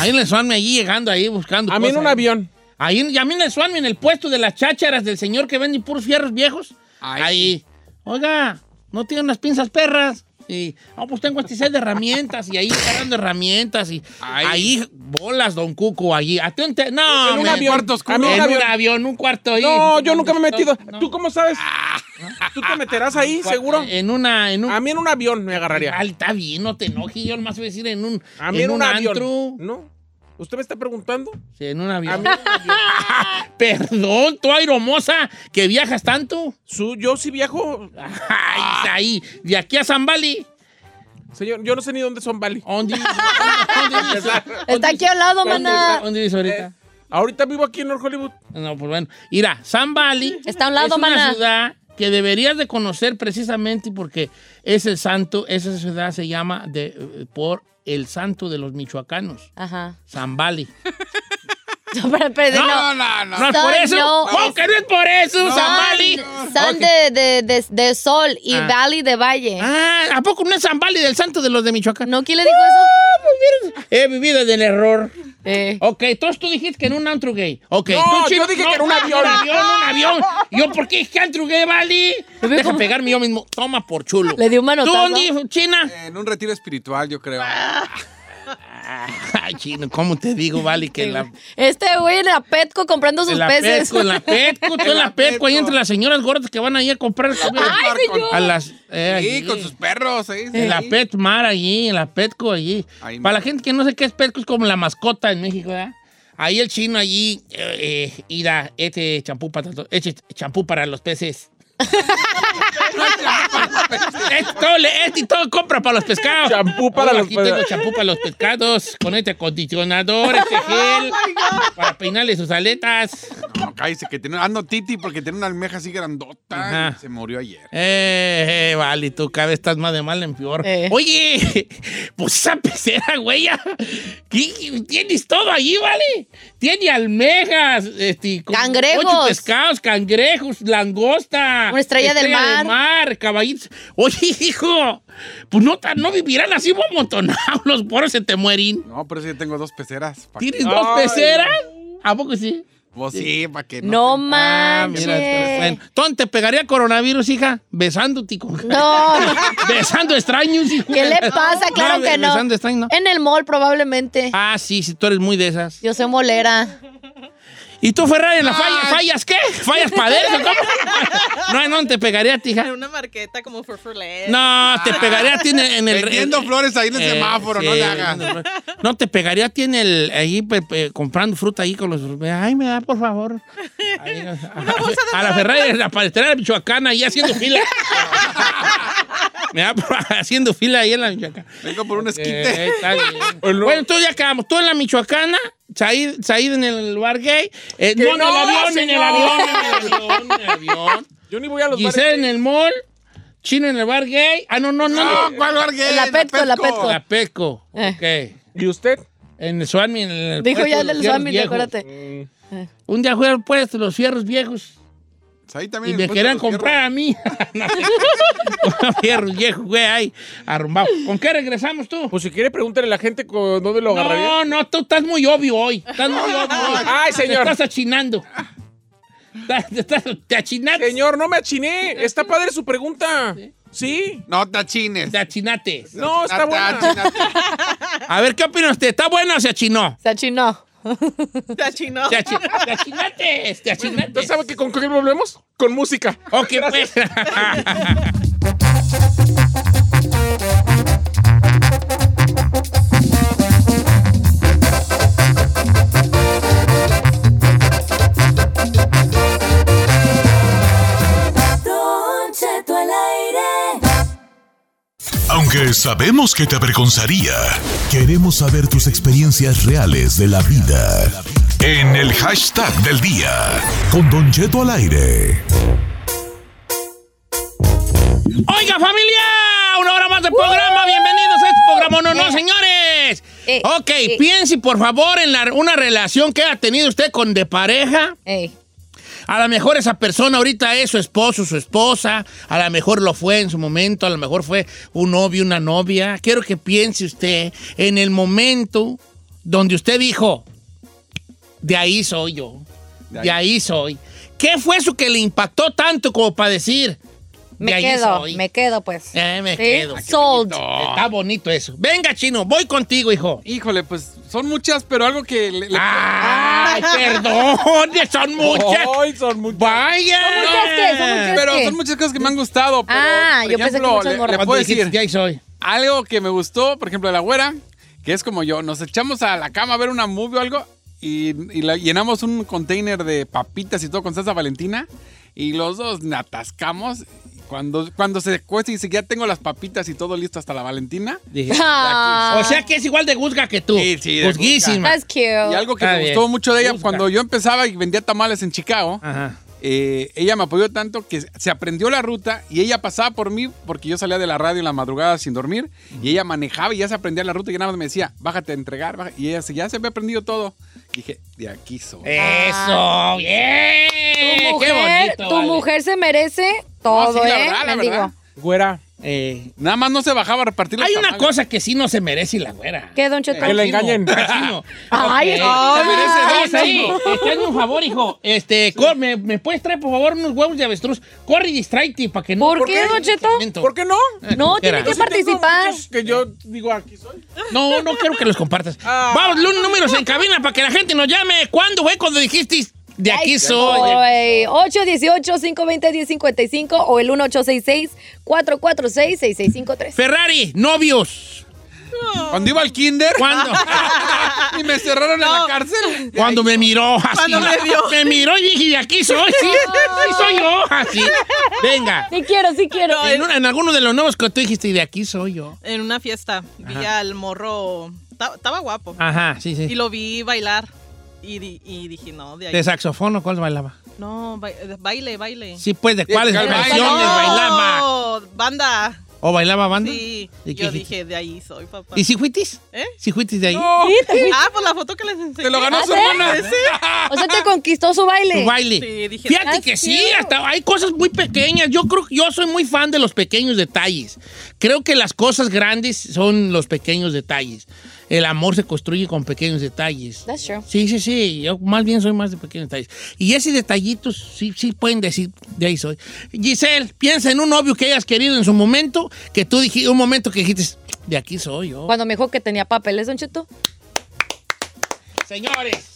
Speaker 3: Ahí en el Suami, allí llegando ahí buscando.
Speaker 6: A mí en
Speaker 3: cosas
Speaker 6: un
Speaker 3: ahí.
Speaker 6: avión.
Speaker 3: Ahí, en- y a mí en el Suami, en el puesto de las chácharas del señor que vende puros fierros viejos. Ahí. Oiga, ¿no tiene unas pinzas perras? Y, no, pues tengo este set de herramientas y ahí cargando herramientas y ahí bolas, don Cuco, allí. ¿A ti dónde te- no,
Speaker 6: En un
Speaker 3: man.
Speaker 6: avión.
Speaker 3: Cuarto oscuro.
Speaker 6: A mí en un
Speaker 3: en un
Speaker 6: avión.
Speaker 3: avión, un cuarto ahí.
Speaker 6: No, yo nunca me he metido.
Speaker 3: No. Ah.
Speaker 6: ¿Tú cómo sabes? ¿Tú te meterás ahí, seguro?
Speaker 3: En una, en un
Speaker 6: A mí en un avión me agarraría.
Speaker 3: Ay, está bien, no te enojes. Yo más voy a decir en un,
Speaker 6: A mí en, un, avión.
Speaker 3: antro.
Speaker 6: ¿No? ¿Usted me está preguntando?
Speaker 3: Sí, en un avión.
Speaker 6: A mí en un avión.
Speaker 3: Perdón, tú aeromosa, que viajas tanto.
Speaker 6: Su- yo sí viajo.
Speaker 3: Ay, ahí, de aquí a San Bali.
Speaker 6: Señor, yo no sé ni dónde son Bali.
Speaker 3: ¿Dónde dónde vives?
Speaker 5: Está aquí al lado,
Speaker 3: ¿Dónde
Speaker 5: maná.
Speaker 3: vives- ¿Dónde vives ahorita?
Speaker 6: Eh, Ahorita vivo aquí en North Hollywood.
Speaker 3: No, pues bueno. Mira, San Bali
Speaker 5: Está a un lado,
Speaker 3: es una
Speaker 5: maná.
Speaker 3: ciudad que deberías de conocer precisamente porque es el santo, esa ciudad se llama de, eh, por el santo de los michoacanos,
Speaker 5: Ajá.
Speaker 3: San Bali.
Speaker 5: No, pero, pero, no.
Speaker 9: No, no, no.
Speaker 3: No es
Speaker 5: Son-
Speaker 3: por eso.
Speaker 5: no,
Speaker 3: ¿Cómo
Speaker 5: es-
Speaker 3: que no es por eso,
Speaker 9: No,
Speaker 3: San
Speaker 5: San,
Speaker 3: Bali?
Speaker 5: San
Speaker 3: Ok.
Speaker 5: de, de- de- de sol y
Speaker 3: Ah.
Speaker 5: Valley de Valle.
Speaker 3: Ah, ¿a poco no es San Bali del santo de los de Michoacán?
Speaker 5: ¿No? ¿Quién le dijo eso?
Speaker 3: Ah, pues miren, He vivido del error.
Speaker 5: Eh,
Speaker 3: Ok, entonces tú dijiste que en un antro gay. Ok,
Speaker 6: No,
Speaker 3: tú,
Speaker 6: yo
Speaker 3: Chino,
Speaker 6: dije que en un avión.
Speaker 3: Un avión, un avión. ¿Yo por qué dije que antro gay, Bali? Deja pegarme yo mismo. Toma por chulo.
Speaker 5: le dio un
Speaker 3: ¿Tú
Speaker 5: manotazo.
Speaker 3: dónde, China?
Speaker 9: En un retiro espiritual, yo creo.
Speaker 3: Ah, Ay, Chino, ¿cómo te digo, Bali? Que en la,
Speaker 5: Este güey en la Petco comprando sus
Speaker 3: en la
Speaker 5: peces.
Speaker 3: Petco, en la Petco, tú en la Petco, ahí entre las señoras gordas que van ahí a comprar.
Speaker 9: Mar con-
Speaker 3: a las, eh,
Speaker 9: Sí,
Speaker 3: allí.
Speaker 9: con sus perros, ¿eh?
Speaker 3: En la
Speaker 9: Sí.
Speaker 3: Petmar allí, en la Petco allí.
Speaker 9: Ahí
Speaker 3: Para la
Speaker 9: mismo.
Speaker 3: gente que no sé qué es Petco, es como la mascota en México, ¿verdad? Ahí el chino allí, eh, eh, y da este champú para, to- este champú para los peces. este, todo, le- este y todo compra para los pescados.
Speaker 6: Champú para los
Speaker 3: aquí
Speaker 6: pe-
Speaker 3: tengo champú para los pescados, con este acondicionador, este
Speaker 6: Oh
Speaker 3: gel, para peinarle sus aletas.
Speaker 9: No, cállese, que tiene, ando Titi porque tiene una almeja así grandota.
Speaker 3: Ajá.
Speaker 9: y Se murió ayer.
Speaker 3: Eh, eh, vale, tú cada vez estás más de mal en peor.
Speaker 5: Eh.
Speaker 3: Oye, pues esa pecera, güey, ya, ¿qué- tienes todo allí, vale. Tiene almejas, este, como
Speaker 5: Cangrejos.
Speaker 3: ocho pescados, cangrejos, langosta.
Speaker 5: Una estrella del mar.
Speaker 3: mar, caballitos. Oye, hijo, pues no, tan- no vivirán así amontonados, los poros se te mueren.
Speaker 9: No, por eso yo tengo dos peceras. pa'
Speaker 3: ¿Tienes
Speaker 9: que-
Speaker 3: dos peceras? ¿A poco sí?
Speaker 9: Pues sí, para que
Speaker 5: No
Speaker 9: te-
Speaker 3: Ah,
Speaker 5: manches.
Speaker 3: mira, bueno. Entonces, ¿te pegaría coronavirus, hija? Besándote con
Speaker 5: No,
Speaker 3: Besando extraños, hijo.
Speaker 5: ¿qué le pasa? Claro que no. Eh.
Speaker 3: Besando extraños, no.
Speaker 5: En el mall probablemente.
Speaker 3: Ah, sí, sí, tú eres muy de esas.
Speaker 5: Yo soy molera.
Speaker 3: ¿Y tú, Ferrari, en la falla,
Speaker 9: Ah.
Speaker 3: fallas qué? ¿Fallas paderes o cómo? No, no, te pegaría a ti,
Speaker 7: En
Speaker 3: hija.
Speaker 7: una marqueta como for Furlet.
Speaker 3: No, te pegaría a ti en el... en el-
Speaker 9: Vendiendo flores ahí en el
Speaker 3: eh,
Speaker 9: semáforo, no
Speaker 3: sí,
Speaker 9: le hagas.
Speaker 3: vendiendo flores. No, te pegaría a ti en el... Ahí pe- pe- comprando fruta ahí con los... Ay, me da, por favor. Ahí, a, a la Ferrari, en la paletería de Michoacán, ahí haciendo fila. me da, por- haciendo fila ahí en la Michoacán.
Speaker 9: Vengo por un esquite.
Speaker 3: Eh, está bien. bueno, entonces ya acabamos. Tú en la Michoacana, Said, Said en el bar gay. eh, no, en el
Speaker 6: no,
Speaker 3: avión, en el
Speaker 6: señor.
Speaker 3: avión, en el avión, en el avión.
Speaker 6: Yo ni voy a los
Speaker 3: Giselle en el mall. Chino en el bar gay. Ah, no, no, no.
Speaker 9: No, ¿cuál Eh. bar gay?
Speaker 5: La Petco, la Petco.
Speaker 3: La Petco. Ok.
Speaker 6: ¿Y usted?
Speaker 9: Pues
Speaker 3: En el Swami. En el
Speaker 5: Dijo
Speaker 3: puesto
Speaker 5: ya
Speaker 3: de
Speaker 5: el
Speaker 3: los
Speaker 5: del
Speaker 3: fierros
Speaker 5: Swami,
Speaker 3: viejos.
Speaker 5: acuérdate. Eh.
Speaker 3: Un día fueron puestos los fierros viejos.
Speaker 9: Ahí
Speaker 3: Y
Speaker 9: también pues,
Speaker 3: me
Speaker 9: después
Speaker 3: querían
Speaker 9: de los
Speaker 3: comprar a mí. Fierros viejos, güey, ahí, arrumbado. ¿Con qué regresamos tú?
Speaker 6: Pues si quiere, pregúntale a la gente con- dónde lo agarraría.
Speaker 3: No, no, tú estás muy obvio hoy. Estás muy obvio hoy.
Speaker 6: Ay, señor.
Speaker 3: Te estás achinando. Estás- te estás- te achinaste.
Speaker 6: Señor, no me achiné. Está padre su pregunta. Sí.
Speaker 9: fierros. No, tachines.
Speaker 3: Te achinaste.
Speaker 6: No, está buena.
Speaker 3: A ver, ¿qué opina usted? ¿Está buena o se achinó?
Speaker 5: Se achinó.
Speaker 7: Te achinó.
Speaker 3: Te, achi- te achinaste, te achinaste.
Speaker 6: ¿Usted sabe que con qué volvemos? Con música.
Speaker 3: Ok, pues.
Speaker 12: Don Cheto al aire.
Speaker 1: Aunque sabemos que te avergonzaría, queremos saber tus experiencias reales de la vida. En el hashtag del día, con Don Cheto al aire.
Speaker 3: Oiga, familia, una hora más de programa. Bienvenidos a este programa. No, no,
Speaker 5: Eh.
Speaker 3: señores.
Speaker 5: Eh,
Speaker 3: ok,
Speaker 5: eh.
Speaker 3: piense por favor en la- una relación que ha tenido usted con de pareja.
Speaker 5: Ey.
Speaker 3: A lo mejor esa persona ahorita es su esposo, su esposa, a lo mejor lo fue en su momento, a lo mejor fue un novio, una novia. Quiero que piense usted en el momento donde usted dijo, de ahí soy yo, de
Speaker 9: De
Speaker 3: ahí, soy. ¿Qué fue eso que le impactó tanto como para decir, de
Speaker 5: Me
Speaker 3: ahí
Speaker 5: quedo,
Speaker 3: soy?
Speaker 5: me quedo pues.
Speaker 3: Eh, me
Speaker 5: Sí,
Speaker 3: quedo.
Speaker 5: Sold.
Speaker 3: Está bonito eso. Venga, chino, voy contigo, hijo.
Speaker 9: Híjole, pues son muchas, pero algo que... le- le-
Speaker 6: Ah,
Speaker 3: Ay, perdón, son muchas.
Speaker 6: Ay, son muchas.
Speaker 3: Vaya.
Speaker 5: Son muchas que, son muchas
Speaker 9: Pero
Speaker 5: que.
Speaker 9: son muchas cosas que me han gustado. Pero,
Speaker 5: Ah,
Speaker 9: por
Speaker 5: yo pensé que
Speaker 9: ejemplo,
Speaker 5: muchas
Speaker 9: le-
Speaker 5: morras.
Speaker 9: le
Speaker 3: Cuando
Speaker 9: puedo
Speaker 3: dijiste,
Speaker 9: decir
Speaker 3: de ahí soy.
Speaker 9: algo que me gustó, por ejemplo, de la güera, que es como yo, nos echamos a la cama a ver una movie o algo y, y la- llenamos un container de papitas y todo con salsa valentina y los dos nos atascamos. Cuando, cuando se cuesta y dice, ya tengo las papitas y todo listo hasta la valentina.
Speaker 3: Dije,
Speaker 5: Ah.
Speaker 3: O sea que es igual de juzga que tú.
Speaker 9: Sí, sí, de
Speaker 3: Juzguísima.
Speaker 5: That's cute.
Speaker 9: Y algo que
Speaker 3: Está
Speaker 9: me
Speaker 3: bien.
Speaker 9: gustó mucho de ella,
Speaker 3: Busca.
Speaker 9: cuando yo empezaba y vendía tamales en Chicago,
Speaker 3: Ajá.
Speaker 9: eh, ella me apoyó tanto que se aprendió la ruta y ella pasaba por mí porque yo salía de la radio en la madrugada sin dormir y ella manejaba y ya se aprendía la ruta y nada más me decía, bájate a entregar. baja". Y ella se- ya se había aprendido todo. dije, de aquí soy.
Speaker 5: Eh,
Speaker 3: Eso, bien.
Speaker 5: Ah. Tu
Speaker 3: Qué
Speaker 5: mujer,
Speaker 3: bonito.
Speaker 5: tu
Speaker 3: vale.
Speaker 5: mujer se merece todo,
Speaker 9: No, sí, la
Speaker 5: ¿eh?
Speaker 9: verdad, la
Speaker 5: Mendigo.
Speaker 9: verdad.
Speaker 6: Güera,
Speaker 3: Eh,
Speaker 9: Nada más no se bajaba a repartir los
Speaker 3: hay una
Speaker 9: tamales.
Speaker 3: cosa que sí no se merece y la güera.
Speaker 5: ¿Qué, Don Cheto?
Speaker 6: Que la engañen.
Speaker 3: Cochino.
Speaker 5: Ay,
Speaker 3: Ok.
Speaker 5: ay.
Speaker 9: Se merece dos,
Speaker 3: Estás ahí. Hazme un favor, hijo. Este, cor- me, me puedes traer, por favor, unos huevos de avestruz? Corre y distráete para que no.
Speaker 5: ¿Por qué, Don Cheto?
Speaker 6: ¿por qué no?
Speaker 5: No, tiene
Speaker 3: Yo
Speaker 5: que
Speaker 3: sí
Speaker 5: Eh, participar.
Speaker 6: muchos que yo digo, aquí soy.
Speaker 3: No, no quiero que los compartas.
Speaker 6: Ah.
Speaker 3: Vamos, lu- números en cabina para que la gente nos llame. ¿Cuándo fue cuando dijiste de aquí
Speaker 5: Ay,
Speaker 3: soy?
Speaker 5: soy. 818-520-1055 o el 1866-446-6653.
Speaker 3: Ferrari, novios.
Speaker 9: Cuando iba al kinder
Speaker 3: ¿Cuándo?
Speaker 9: y me cerraron en la cárcel.
Speaker 3: Cuando me miró así.
Speaker 7: Cuando me vio.
Speaker 3: Me miró y dije, de aquí soy, sí, sí soy yo, así. Venga.
Speaker 5: Sí quiero, sí quiero.
Speaker 3: En, una- en alguno de los nuevos que tú dijiste, y de aquí soy yo.
Speaker 7: En una fiesta vi al morro. ta- Estaba guapo.
Speaker 3: Ajá, Ah, sí,
Speaker 7: Y
Speaker 3: sí.
Speaker 7: lo vi bailar. Y, di- y dije, no, de ahí.
Speaker 3: ¿De saxofón o cuál bailaba?
Speaker 7: No, ba- baile, baile.
Speaker 3: Sí, pues, ¿de cuáles
Speaker 9: calma.
Speaker 3: canciones
Speaker 7: no,
Speaker 3: bailaba?
Speaker 7: Banda.
Speaker 3: ¿O bailaba banda?
Speaker 7: Sí.
Speaker 3: ¿Y qué
Speaker 7: Yo
Speaker 3: dijiste?
Speaker 7: dije, de ahí soy, papá.
Speaker 3: ¿Y si fuitis?
Speaker 7: ¿Eh?
Speaker 3: ¿Si fuitis de ahí?
Speaker 7: Ah, por la foto que les enseñé.
Speaker 9: Te lo ganó su
Speaker 5: ¿Ah, sí?
Speaker 9: hermana.
Speaker 5: O sea, te conquistó su baile.
Speaker 3: Tu baile.
Speaker 7: Sí, dije,
Speaker 3: Fíjate
Speaker 5: "That's
Speaker 3: que sí,
Speaker 5: cute".
Speaker 3: hasta hay cosas muy pequeñas. Yo creo yo soy muy fan de los pequeños detalles. Creo que las cosas grandes son los pequeños detalles. El amor se construye con pequeños detalles.
Speaker 5: That's true.
Speaker 3: Sí, sí, sí. Yo más bien soy más de pequeños detalles. Y ese detallito sí, sí pueden decir, de ahí soy. Giselle, piensa en un novio que hayas querido en su momento, que tú dijiste, un momento que dijiste, de aquí soy yo.
Speaker 5: Cuando me dijo que tenía papeles, Don Cheto.
Speaker 3: Señores.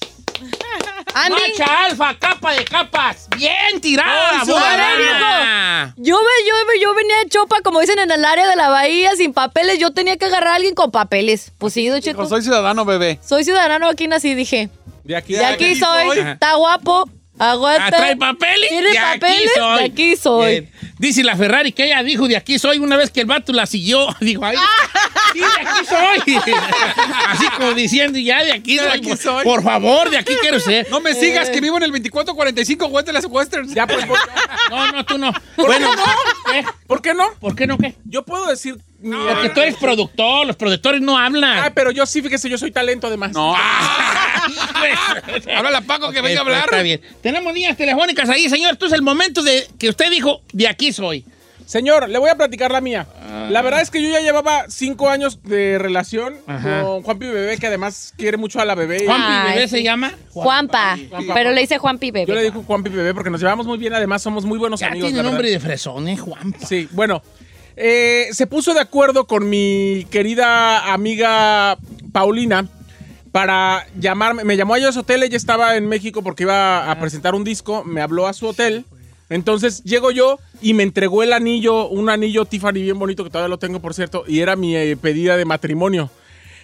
Speaker 5: A mí,
Speaker 3: Macha alfa, capa de capas. Bien tirada,
Speaker 5: Ay, su madre,
Speaker 3: buena.
Speaker 5: yo, ve- yo, ve- yo venía de chopa, como dicen en el área de la bahía, sin papeles. Yo tenía que agarrar a alguien con papeles. Pues sí, Don Cheto.
Speaker 9: Dijo, soy ciudadano, bebé.
Speaker 5: Soy ciudadano aquí nací, dije.
Speaker 6: De aquí.
Speaker 5: De aquí soy, está guapo, Aguanta.
Speaker 3: Ah, trae papeles.
Speaker 5: ¿Tiene
Speaker 3: de aquí
Speaker 5: papeles?
Speaker 3: soy.
Speaker 5: De aquí soy.
Speaker 3: Bien. Dice la Ferrari que ella dijo, de aquí soy. Una vez que el vato la siguió, dijo, ay,
Speaker 5: Ah.
Speaker 3: sí, de aquí soy. Así como diciendo, ya de aquí,
Speaker 9: Ya de
Speaker 3: soy,
Speaker 9: aquí
Speaker 3: por-
Speaker 9: soy.
Speaker 3: Por favor, de aquí quiero ser.
Speaker 9: No me sigas, que vivo en el 2445 West de las Westerns.
Speaker 6: Ya, pues,
Speaker 3: No, no, tú no.
Speaker 6: ¿Por
Speaker 3: Bueno,
Speaker 6: qué no?
Speaker 3: ¿qué?
Speaker 6: ¿Por qué no?
Speaker 3: ¿por qué no qué?
Speaker 6: Yo puedo decir. mi-
Speaker 3: Porque tú eres productor, los productores no hablan.
Speaker 6: Ah, pero yo sí, fíjese, yo soy talento además.
Speaker 9: No. ah.
Speaker 3: Pues,
Speaker 9: Háblale a Paco que
Speaker 3: Ok,
Speaker 9: venga a
Speaker 3: pues,
Speaker 9: hablar.
Speaker 3: Está bien. Tenemos líneas telefónicas ahí, señor. Tú es el momento de que usted dijo, de aquí soy.
Speaker 6: Señor, le voy a platicar la mía.
Speaker 9: Ah.
Speaker 6: La verdad es que yo ya llevaba cinco años de relación
Speaker 3: Ajá.
Speaker 6: con Juanpi Bebé, que además quiere mucho a la bebé.
Speaker 3: Juanpi
Speaker 5: Ay,
Speaker 3: Bebé
Speaker 5: sí.
Speaker 3: se llama.
Speaker 5: Juanpa.
Speaker 6: Juanpa.
Speaker 5: Pero le dice Juanpi,
Speaker 6: Yo le
Speaker 5: bebé.
Speaker 6: digo Juanpi Bebé porque nos llevamos muy bien, además somos muy buenos
Speaker 3: Ya
Speaker 6: amigos.
Speaker 3: tiene
Speaker 6: la verdad.
Speaker 3: nombre de fresón, ¿eh, Juanpa?
Speaker 6: Sí, bueno. eh, se puso de acuerdo con mi querida amiga Paulina para llamarme. Me llamó a ella a su hotel, ella estaba en México porque iba a presentar un disco, me habló a su hotel. Entonces llego yo y me entregó el anillo, un anillo Tiffany bien bonito que todavía lo tengo, por cierto, y era mi eh, pedida de matrimonio.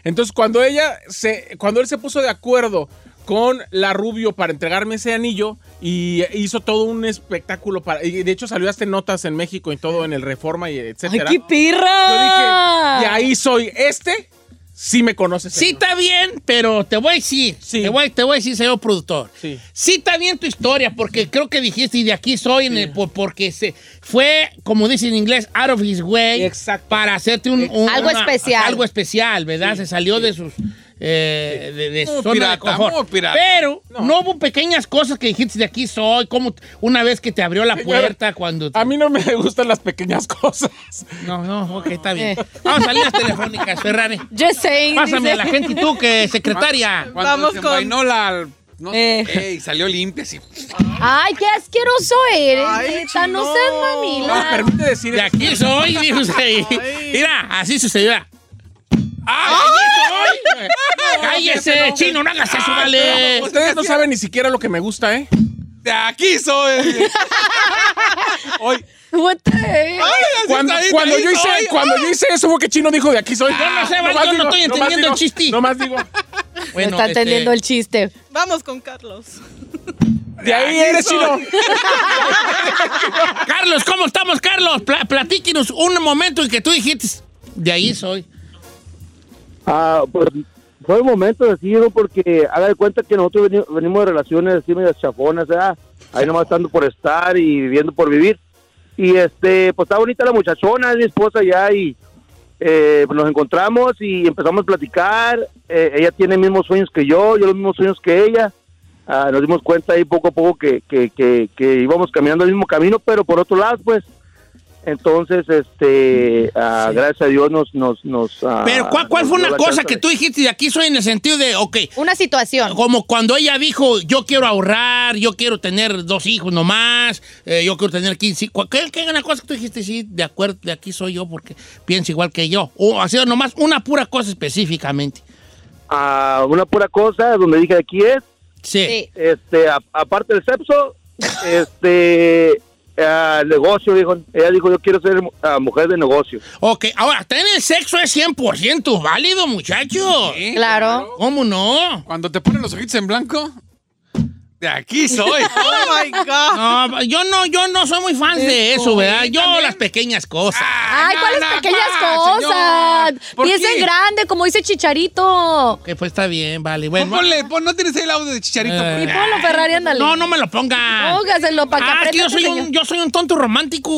Speaker 6: Entonces, cuando ella se, cuando él se puso de acuerdo con la Rubio para entregarme ese anillo y hizo todo un espectáculo para, y de hecho salió hasta en notas en México y todo en el Reforma y
Speaker 5: ¡Ay,
Speaker 6: etcétera.
Speaker 5: qué
Speaker 6: Yo dije,
Speaker 5: pirra!
Speaker 6: y ahí soy este, sí me conoces.
Speaker 3: Sí
Speaker 6: señor".
Speaker 3: está bien, pero te voy a decir,
Speaker 6: Sí.
Speaker 3: te, voy, te voy a decir, señor productor.
Speaker 6: Sí.
Speaker 3: Sí está bien tu historia, porque creo que dijiste, y de aquí soy, en el- por- porque se fue, como dice en inglés, out of his way.
Speaker 6: Exacto.
Speaker 3: Para hacerte un... un-
Speaker 5: Algo especial.
Speaker 3: Algo especial, ¿verdad? se salió de sus... eh, de, de su
Speaker 9: Muy
Speaker 3: zona de
Speaker 9: pirata,
Speaker 3: confort.
Speaker 9: muy pirata.
Speaker 3: Pero
Speaker 6: No.
Speaker 3: no. hubo pequeñas cosas que dijiste de aquí soy, como t- una vez que te abrió la
Speaker 6: Señora,
Speaker 3: puerta cuando... te-
Speaker 6: A mí no me gustan las pequeñas cosas.
Speaker 3: No, no, ok, está bien.
Speaker 5: Eh.
Speaker 3: Vamos a las telefónicas, Ferrari.
Speaker 5: Just saying.
Speaker 3: Pásame
Speaker 5: dice.
Speaker 3: a la gente y tú, que secretaria.
Speaker 9: Cuando
Speaker 7: Vamos
Speaker 9: se
Speaker 7: con-
Speaker 9: envainó la... No
Speaker 5: Eh.
Speaker 9: sé, y salió limpia así.
Speaker 5: Ay, qué asqueroso eres. neta, no
Speaker 6: chino.
Speaker 5: seas
Speaker 6: No nos
Speaker 5: mamila.
Speaker 6: permite decir eso.
Speaker 3: De aquí soy, dijo usted. Mira, así sucedió. ¡Ah, de aquí soy! ¡Cállese, chino! ¡No hagas eso, Ah, vale!
Speaker 6: Ustedes no saben ni siquiera lo que me gusta, ¿eh?
Speaker 9: De aquí soy. Hoy.
Speaker 5: What the heck?
Speaker 6: Cuando, cuando yo hice, cuando yo hice eso fue que Chino dijo de aquí soy.
Speaker 3: Yo no sé, Val,
Speaker 6: Nomás
Speaker 3: yo no estoy
Speaker 6: nomás
Speaker 3: entendiendo el
Speaker 6: digo,
Speaker 3: chiste.
Speaker 6: Nomás digo,
Speaker 5: No está
Speaker 3: este,
Speaker 5: entendiendo el chiste.
Speaker 7: Vamos con Carlos.
Speaker 6: de ahí eres Chino.
Speaker 3: Carlos, ¿cómo estamos, Carlos? Pla- platíquenos un momento en que tú dijiste, de ahí soy.
Speaker 13: Ah, pues fue el momento decidido porque haga de cuenta que nosotros veni- venimos de relaciones así medias chafonas, ¿verdad? Ahí nomás estando por estar y viviendo por vivir. Y este, pues está bonita la muchachona, es mi esposa ya y eh, pues, nos encontramos y empezamos a platicar. Eh, ella tiene mismos sueños que yo, yo los mismos sueños que ella. Ah, nos dimos cuenta ahí poco a poco que, que, que, que íbamos caminando el mismo camino, pero por otro lado, pues. Entonces, este, ah, gracias a Dios nos... nos, nos ah,
Speaker 3: Pero, ¿cuál, cuál
Speaker 13: nos
Speaker 3: fue
Speaker 13: dio
Speaker 3: una
Speaker 13: la
Speaker 3: cosa
Speaker 13: chance
Speaker 3: que
Speaker 13: de-
Speaker 3: tú dijiste, de aquí soy, en el sentido de, ok,
Speaker 5: Una situación.
Speaker 3: como cuando ella dijo, yo quiero ahorrar, yo quiero tener dos hijos nomás, eh, yo quiero tener 15. hijos. ¿Qué, qué es una cosa que tú dijiste? Sí, de acuerdo, de aquí soy yo porque pienso igual que yo. O ha sido nomás una pura cosa específicamente.
Speaker 13: a una pura cosa donde dije aquí es
Speaker 3: Sí.
Speaker 5: Sí.
Speaker 13: este a- aparte del sexo este ah, negocio dijo ella dijo yo quiero ser ah, mujer de negocio
Speaker 3: Ok, ahora, tener el sexo es 100% válido, muchachos.
Speaker 5: Claro.
Speaker 3: ¿Cómo no?
Speaker 9: Cuando te ponen los ojitos en blanco, de aquí soy.
Speaker 7: Oh my God.
Speaker 3: No, yo no, yo no soy muy fan de eso, ¿verdad? Yo las pequeñas cosas.
Speaker 5: Ay,
Speaker 9: no,
Speaker 5: ¿cuáles
Speaker 9: no,
Speaker 5: pequeñas
Speaker 9: ¿cuál,
Speaker 5: cosas?
Speaker 9: señor? ¿Por
Speaker 5: Piensa en
Speaker 9: qué?
Speaker 5: grande, como dice Chicharito.
Speaker 3: Que pues está bien, vale.
Speaker 9: Pon-
Speaker 3: Bueno,
Speaker 9: ponle, pon- no tienes ahí el audio de Chicharito.
Speaker 3: Eh.
Speaker 5: Y ponlo, Ferrari, ándale.
Speaker 3: no, no me lo ponga.
Speaker 5: Póngaselo para que
Speaker 3: Ah, es que
Speaker 5: aprenda Oh.
Speaker 3: yo
Speaker 5: este
Speaker 3: soy,
Speaker 5: señor.
Speaker 3: un, yo soy un tonto romántico.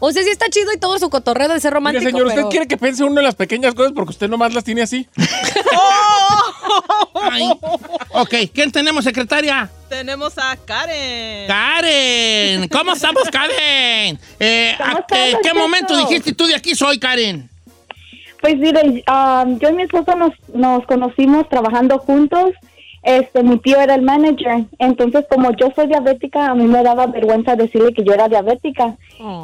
Speaker 5: O sea, sí está chido y todo su cotorreo de ser
Speaker 6: Mire,
Speaker 5: romántico,
Speaker 6: señor,
Speaker 5: pero...
Speaker 6: usted quiere que piense uno en las pequeñas cosas porque usted nomás las tiene así.
Speaker 7: ¡Oh!
Speaker 3: Ay. Ok, ¿quién tenemos, secretaria?
Speaker 7: Tenemos a Karen.
Speaker 3: Karen. ¿Cómo estamos, Karen? Eh,
Speaker 10: ¿Cómo
Speaker 3: ¿a qué-
Speaker 10: estamos,
Speaker 3: ¿Qué
Speaker 10: Cheto?
Speaker 3: momento dijiste tú de aquí soy, Karen?
Speaker 10: Pues mire, um, yo y mi esposo nos, nos conocimos trabajando juntos. Este, mi tío era el manager, entonces como yo soy diabética, a mí me daba vergüenza decirle que yo era diabética.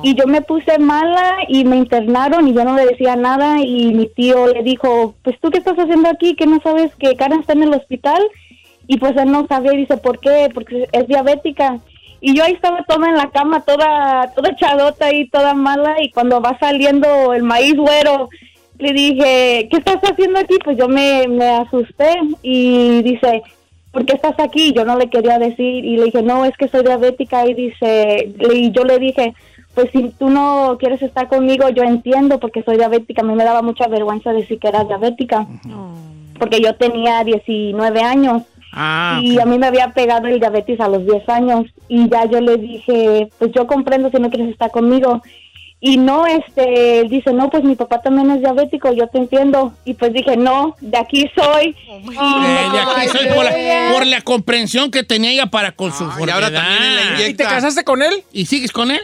Speaker 10: Y yo me puse mala y me internaron y yo no le decía nada y mi tío le dijo, pues tú qué estás haciendo aquí, que no sabes que Karen está en el hospital y pues él no sabía y dice, ¿por qué? Porque es diabética. Y yo ahí estaba toda en la cama, toda, toda echadota y toda mala y cuando va saliendo el maíz güero, le dije, ¿qué estás haciendo aquí? Pues yo me, me asusté y dice, ¿por qué estás aquí? Yo no le quería decir y le dije, no, es que soy diabética y dice, le- y yo le dije, pues si tú no quieres estar conmigo, yo entiendo porque soy diabética. A mí me daba mucha vergüenza decir que era diabética porque yo tenía 19 años.
Speaker 3: Ah,
Speaker 10: y
Speaker 3: ok.
Speaker 10: a mí me había pegado el diabetes a los 10 años y ya yo le dije, pues yo comprendo si no quieres estar conmigo. Y no, este, dice, no, pues mi papá también es diabético, yo te entiendo. Y pues dije, no, de aquí soy. Y me
Speaker 3: Eh, de aquí
Speaker 10: quedé
Speaker 3: soy por la,
Speaker 10: bien.
Speaker 3: por la comprensión que tenía ella para con su enfermedad.
Speaker 6: ahora también le inyecta. ¿Y te casaste
Speaker 3: con él? ¿Y sigues con él?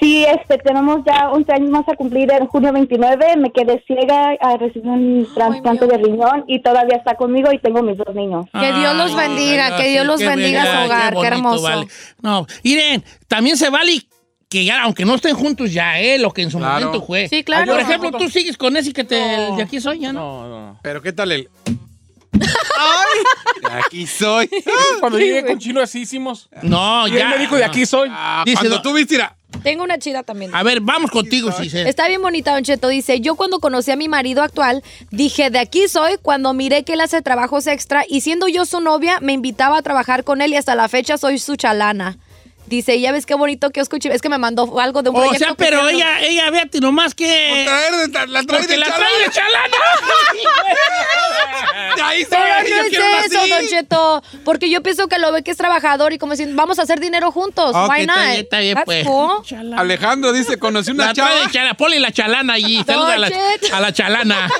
Speaker 10: Sí, este, tenemos ya 11 años más a cumplir en junio 29. Me quedé ciega, ah, recibí un trasplante de riñón y todavía está conmigo y tengo mis dos niños.
Speaker 5: Que Dios los bendiga, que Dios los bendiga a su hogar, qué hermoso.
Speaker 3: No, miren, también se vale que ya, aunque no estén juntos, ya, eh, lo que en su
Speaker 9: Claro.
Speaker 3: momento fue.
Speaker 5: Sí, claro.
Speaker 3: Por ejemplo, tú sigues con ese que te, el de aquí soy, ¿ya no?
Speaker 9: Pero ¿qué tal el?
Speaker 6: ¡Ay!
Speaker 9: De Aquí soy.
Speaker 6: Cuando llegué con chino así hicimos.
Speaker 3: No,
Speaker 6: Y él
Speaker 3: ya.
Speaker 6: me dijo, de aquí soy.
Speaker 3: Dice,
Speaker 9: Ah, cuando
Speaker 3: no.
Speaker 9: tú viste, mira,
Speaker 5: Tengo una chida también.
Speaker 3: A ver, vamos contigo, Giselle.
Speaker 5: Está bien bonita, Don Cheto. Dice, yo cuando conocí a mi marido actual, dije, de aquí soy, cuando miré que él hace trabajos extra y siendo yo su novia, me invitaba a trabajar con él y hasta la fecha soy su chalana. Dice, ya ves qué bonito que escuché. Es que me mandó algo de un
Speaker 3: O
Speaker 5: proyecto
Speaker 3: sea,
Speaker 5: que
Speaker 3: pero
Speaker 5: hicieron.
Speaker 3: ella, ella, véate nomás que.
Speaker 9: Por traer de ta- la trae
Speaker 3: "Eh, Porque
Speaker 9: de
Speaker 3: la
Speaker 9: chalana.
Speaker 3: trae de chalana.
Speaker 9: De ahí soy,
Speaker 5: Pero
Speaker 9: yo
Speaker 5: no es
Speaker 9: quiero una
Speaker 5: eso,
Speaker 9: así.
Speaker 5: Don Cheto, porque yo pienso que lo ve que es trabajador y como dicen, vamos a hacer dinero juntos.
Speaker 3: Ok,
Speaker 5: Why
Speaker 3: está
Speaker 5: not?
Speaker 3: bien, está bien,
Speaker 5: That's
Speaker 3: pues.
Speaker 5: cool.
Speaker 9: Alejandro dice, conocí una
Speaker 3: La trae
Speaker 9: chava.
Speaker 3: de chalana. Ponle la chalana allí. Saluda a la,
Speaker 5: Don Cheto.
Speaker 3: a la chalana.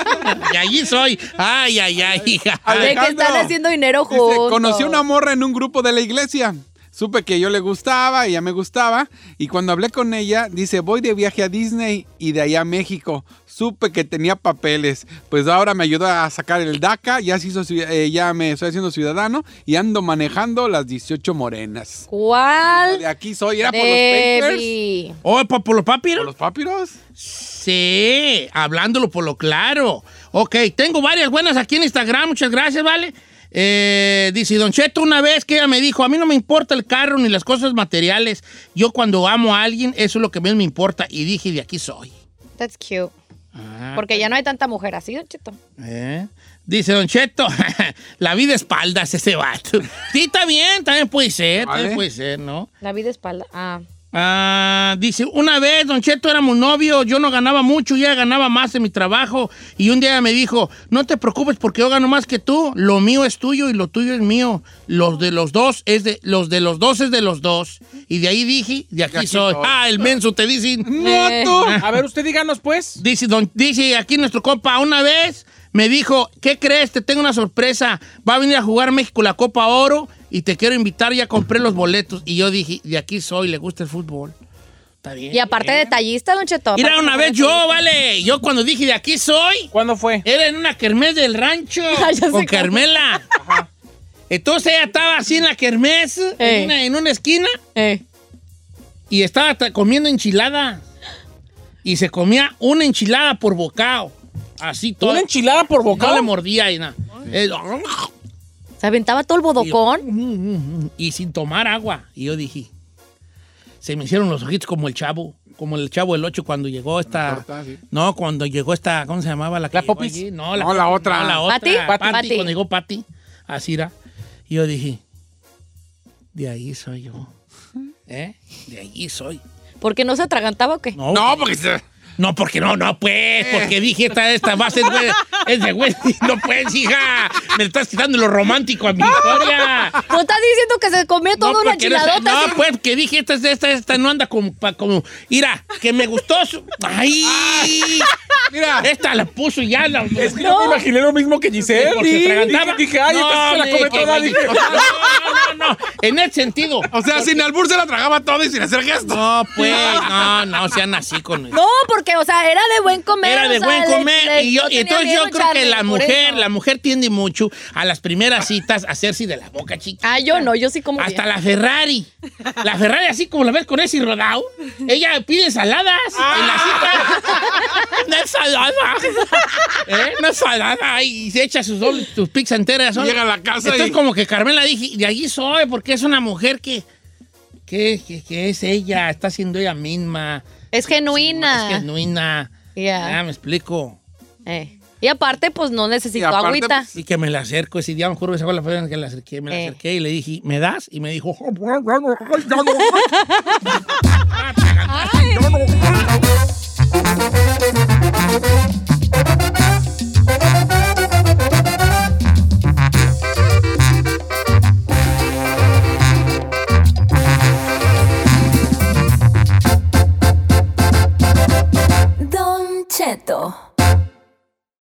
Speaker 3: Y allí soy. Ay, ay, ay, hija.
Speaker 5: De que están
Speaker 9: Alejandro.
Speaker 5: haciendo dinero
Speaker 9: Dice,
Speaker 5: juntos.
Speaker 9: conocí una morra en un grupo de la iglesia. Supe que yo le gustaba, ella me gustaba. Y cuando hablé con ella, dice, voy de viaje a Disney y de allá a México. Supe que tenía papeles. Pues ahora me ayuda a sacar el DACA. Ya, se hizo ci- eh, ya me estoy haciendo ciudadano y ando manejando las 18 morenas. De
Speaker 5: ¿Cuál?
Speaker 9: aquí soy, era por los papers.
Speaker 5: Debbie.
Speaker 3: Oh, pa- por los
Speaker 9: ¿Por
Speaker 3: papiros.
Speaker 9: los papiros?
Speaker 3: Sí, hablándolo por lo claro. Ok, tengo varias buenas aquí en Instagram, muchas gracias, ¿vale? Eh, dice Don Cheto, una vez que ella me dijo, a mí no me importa el carro ni las cosas materiales, yo cuando amo a alguien, eso es lo que menos me importa, y dije, de aquí soy.
Speaker 5: That's cute.
Speaker 3: Ah,
Speaker 5: Porque ya no hay tanta mujer así, Don Cheto.
Speaker 3: ¿eh? Dice Don Cheto, la vida espaldas ese vato. Sí, está bien, también puede ser, también
Speaker 9: Vale.
Speaker 3: puede ser, ¿no?
Speaker 5: La vida espalda. Ah.
Speaker 3: Ah, dice, una vez, Don Cheto, éramos novios, yo no ganaba mucho, ya ganaba más en mi trabajo. Y un día me dijo, no te preocupes porque yo gano más que tú, lo mío es tuyo y lo tuyo es mío. Los de los dos es de, los de los dos es de los dos. Y de ahí dije, de aquí,
Speaker 9: aquí
Speaker 3: soy.
Speaker 9: soy.
Speaker 3: Ah, el menso te dicen.
Speaker 9: ¡No, tú!
Speaker 6: Eh. A ver, usted díganos, pues.
Speaker 3: Dice, don, dice aquí nuestro compa, una vez me dijo, ¿qué crees? Te tengo una sorpresa. Va a venir a jugar México la Copa Oro y te quiero invitar, ya compré los boletos. Y yo dije, de aquí soy, le gusta el fútbol. Está bien.
Speaker 5: Y aparte detallista, Don Cheto.
Speaker 3: Mira,
Speaker 5: aparte
Speaker 3: una vez yo,
Speaker 5: detallista.
Speaker 3: vale, yo cuando dije de aquí soy,
Speaker 6: ¿Cuándo fue?
Speaker 3: era en una kermés del rancho
Speaker 5: Ya sé
Speaker 3: con
Speaker 5: cuál.
Speaker 3: Carmela. Entonces ella estaba así en la kermés, en
Speaker 5: Ey.
Speaker 3: una, en una esquina,
Speaker 5: Eh.
Speaker 3: y estaba ta- comiendo enchilada. Y se comía una enchilada por bocado. Así todo.
Speaker 6: ¿Una enchilada por
Speaker 3: No le
Speaker 6: bocado?
Speaker 3: mordía y nada. Eh,
Speaker 5: Se aventaba todo el
Speaker 3: "Mm,
Speaker 5: bodocón.
Speaker 3: Y sin tomar agua. Y yo dije, se me hicieron los ojitos como el chavo, como el chavo del 8 cuando llegó esta...
Speaker 9: torta, sí.
Speaker 3: No, cuando llegó esta, ¿cómo se llamaba? La, que
Speaker 6: ¿La
Speaker 3: llegó
Speaker 6: Popis?
Speaker 3: allí? No, la,
Speaker 9: No, la otra.
Speaker 3: no, la otra.
Speaker 5: ¿Pati?
Speaker 3: Pati,
Speaker 5: Pati.
Speaker 3: Cuando llegó Pati, así era. Y yo dije, de ahí soy yo. ¿Eh? De ahí soy.
Speaker 5: Porque no se atragantaba o qué.
Speaker 3: No,
Speaker 9: No, porque se-
Speaker 3: no, porque no, no,
Speaker 9: Eh.
Speaker 3: pues, porque dije esta, esta base es, güey, es de güey, no pues, hija, me estás quitando lo romántico a mi historia.
Speaker 5: ¿No estás diciendo que se comió todo una
Speaker 3: porque no sé-
Speaker 5: enchiladota?
Speaker 3: No,
Speaker 5: así?
Speaker 3: pues, que dije, esta, esta, esta, esta no anda como, pa- como, mira, que me gustó su- ¡Ay!
Speaker 9: Mira.
Speaker 3: Esta la puso ya. La,
Speaker 6: Es que yo me imaginé lo mismo que Giselle.
Speaker 3: porque
Speaker 6: Sí,
Speaker 3: atragantaba.
Speaker 6: dije, dije, ay, entonces se la
Speaker 3: hombre,
Speaker 6: come
Speaker 3: que
Speaker 6: toda.
Speaker 3: güey,
Speaker 6: Dije,
Speaker 3: No, no, no, en ese sentido.
Speaker 9: O sea, sin albur se la tragaba todo y sin hacer gesto.
Speaker 3: No, pues, no, no, sean así con
Speaker 5: No, porque, o sea, era de buen comer.
Speaker 3: Era
Speaker 5: o
Speaker 3: de
Speaker 5: sea,
Speaker 3: buen
Speaker 5: le-
Speaker 3: comer.
Speaker 5: le-
Speaker 3: y yo,
Speaker 5: no tenía
Speaker 3: entonces yo
Speaker 5: miedo,
Speaker 3: creo que
Speaker 5: Charlie,
Speaker 3: la
Speaker 5: por
Speaker 3: mujer,
Speaker 5: eso.
Speaker 3: la mujer tiende mucho a las primeras citas a hacerse de la boca chica.
Speaker 5: Ah, yo no, yo sí como
Speaker 3: Hasta
Speaker 5: bien.
Speaker 3: la Ferrari. La Ferrari, así como la ves con ese rodado, ella pide ensaladas en
Speaker 5: Ah.
Speaker 3: la cita. Una ensalada. ¿Eh? Una ensalada. Y se echa sus, dobles, sus pizzas enteras. ¿no?
Speaker 9: Llega a la casa
Speaker 3: Entonces,
Speaker 9: y-
Speaker 3: como que Carmela dije, de allí soy, porque es una mujer que, que, que- que es ella, está siendo ella misma.
Speaker 5: Es genuina.
Speaker 3: Es genuina.
Speaker 5: Ya.
Speaker 3: Ya me explico.
Speaker 5: Eh. Y aparte, pues no necesito agüita.
Speaker 3: Y pues, que me la acerco ese día, me juro, esa fue la primera vez que la acerqué, me "Oh, la
Speaker 5: Eh.
Speaker 3: acerqué y le dije, ¿me das? Y me dijo,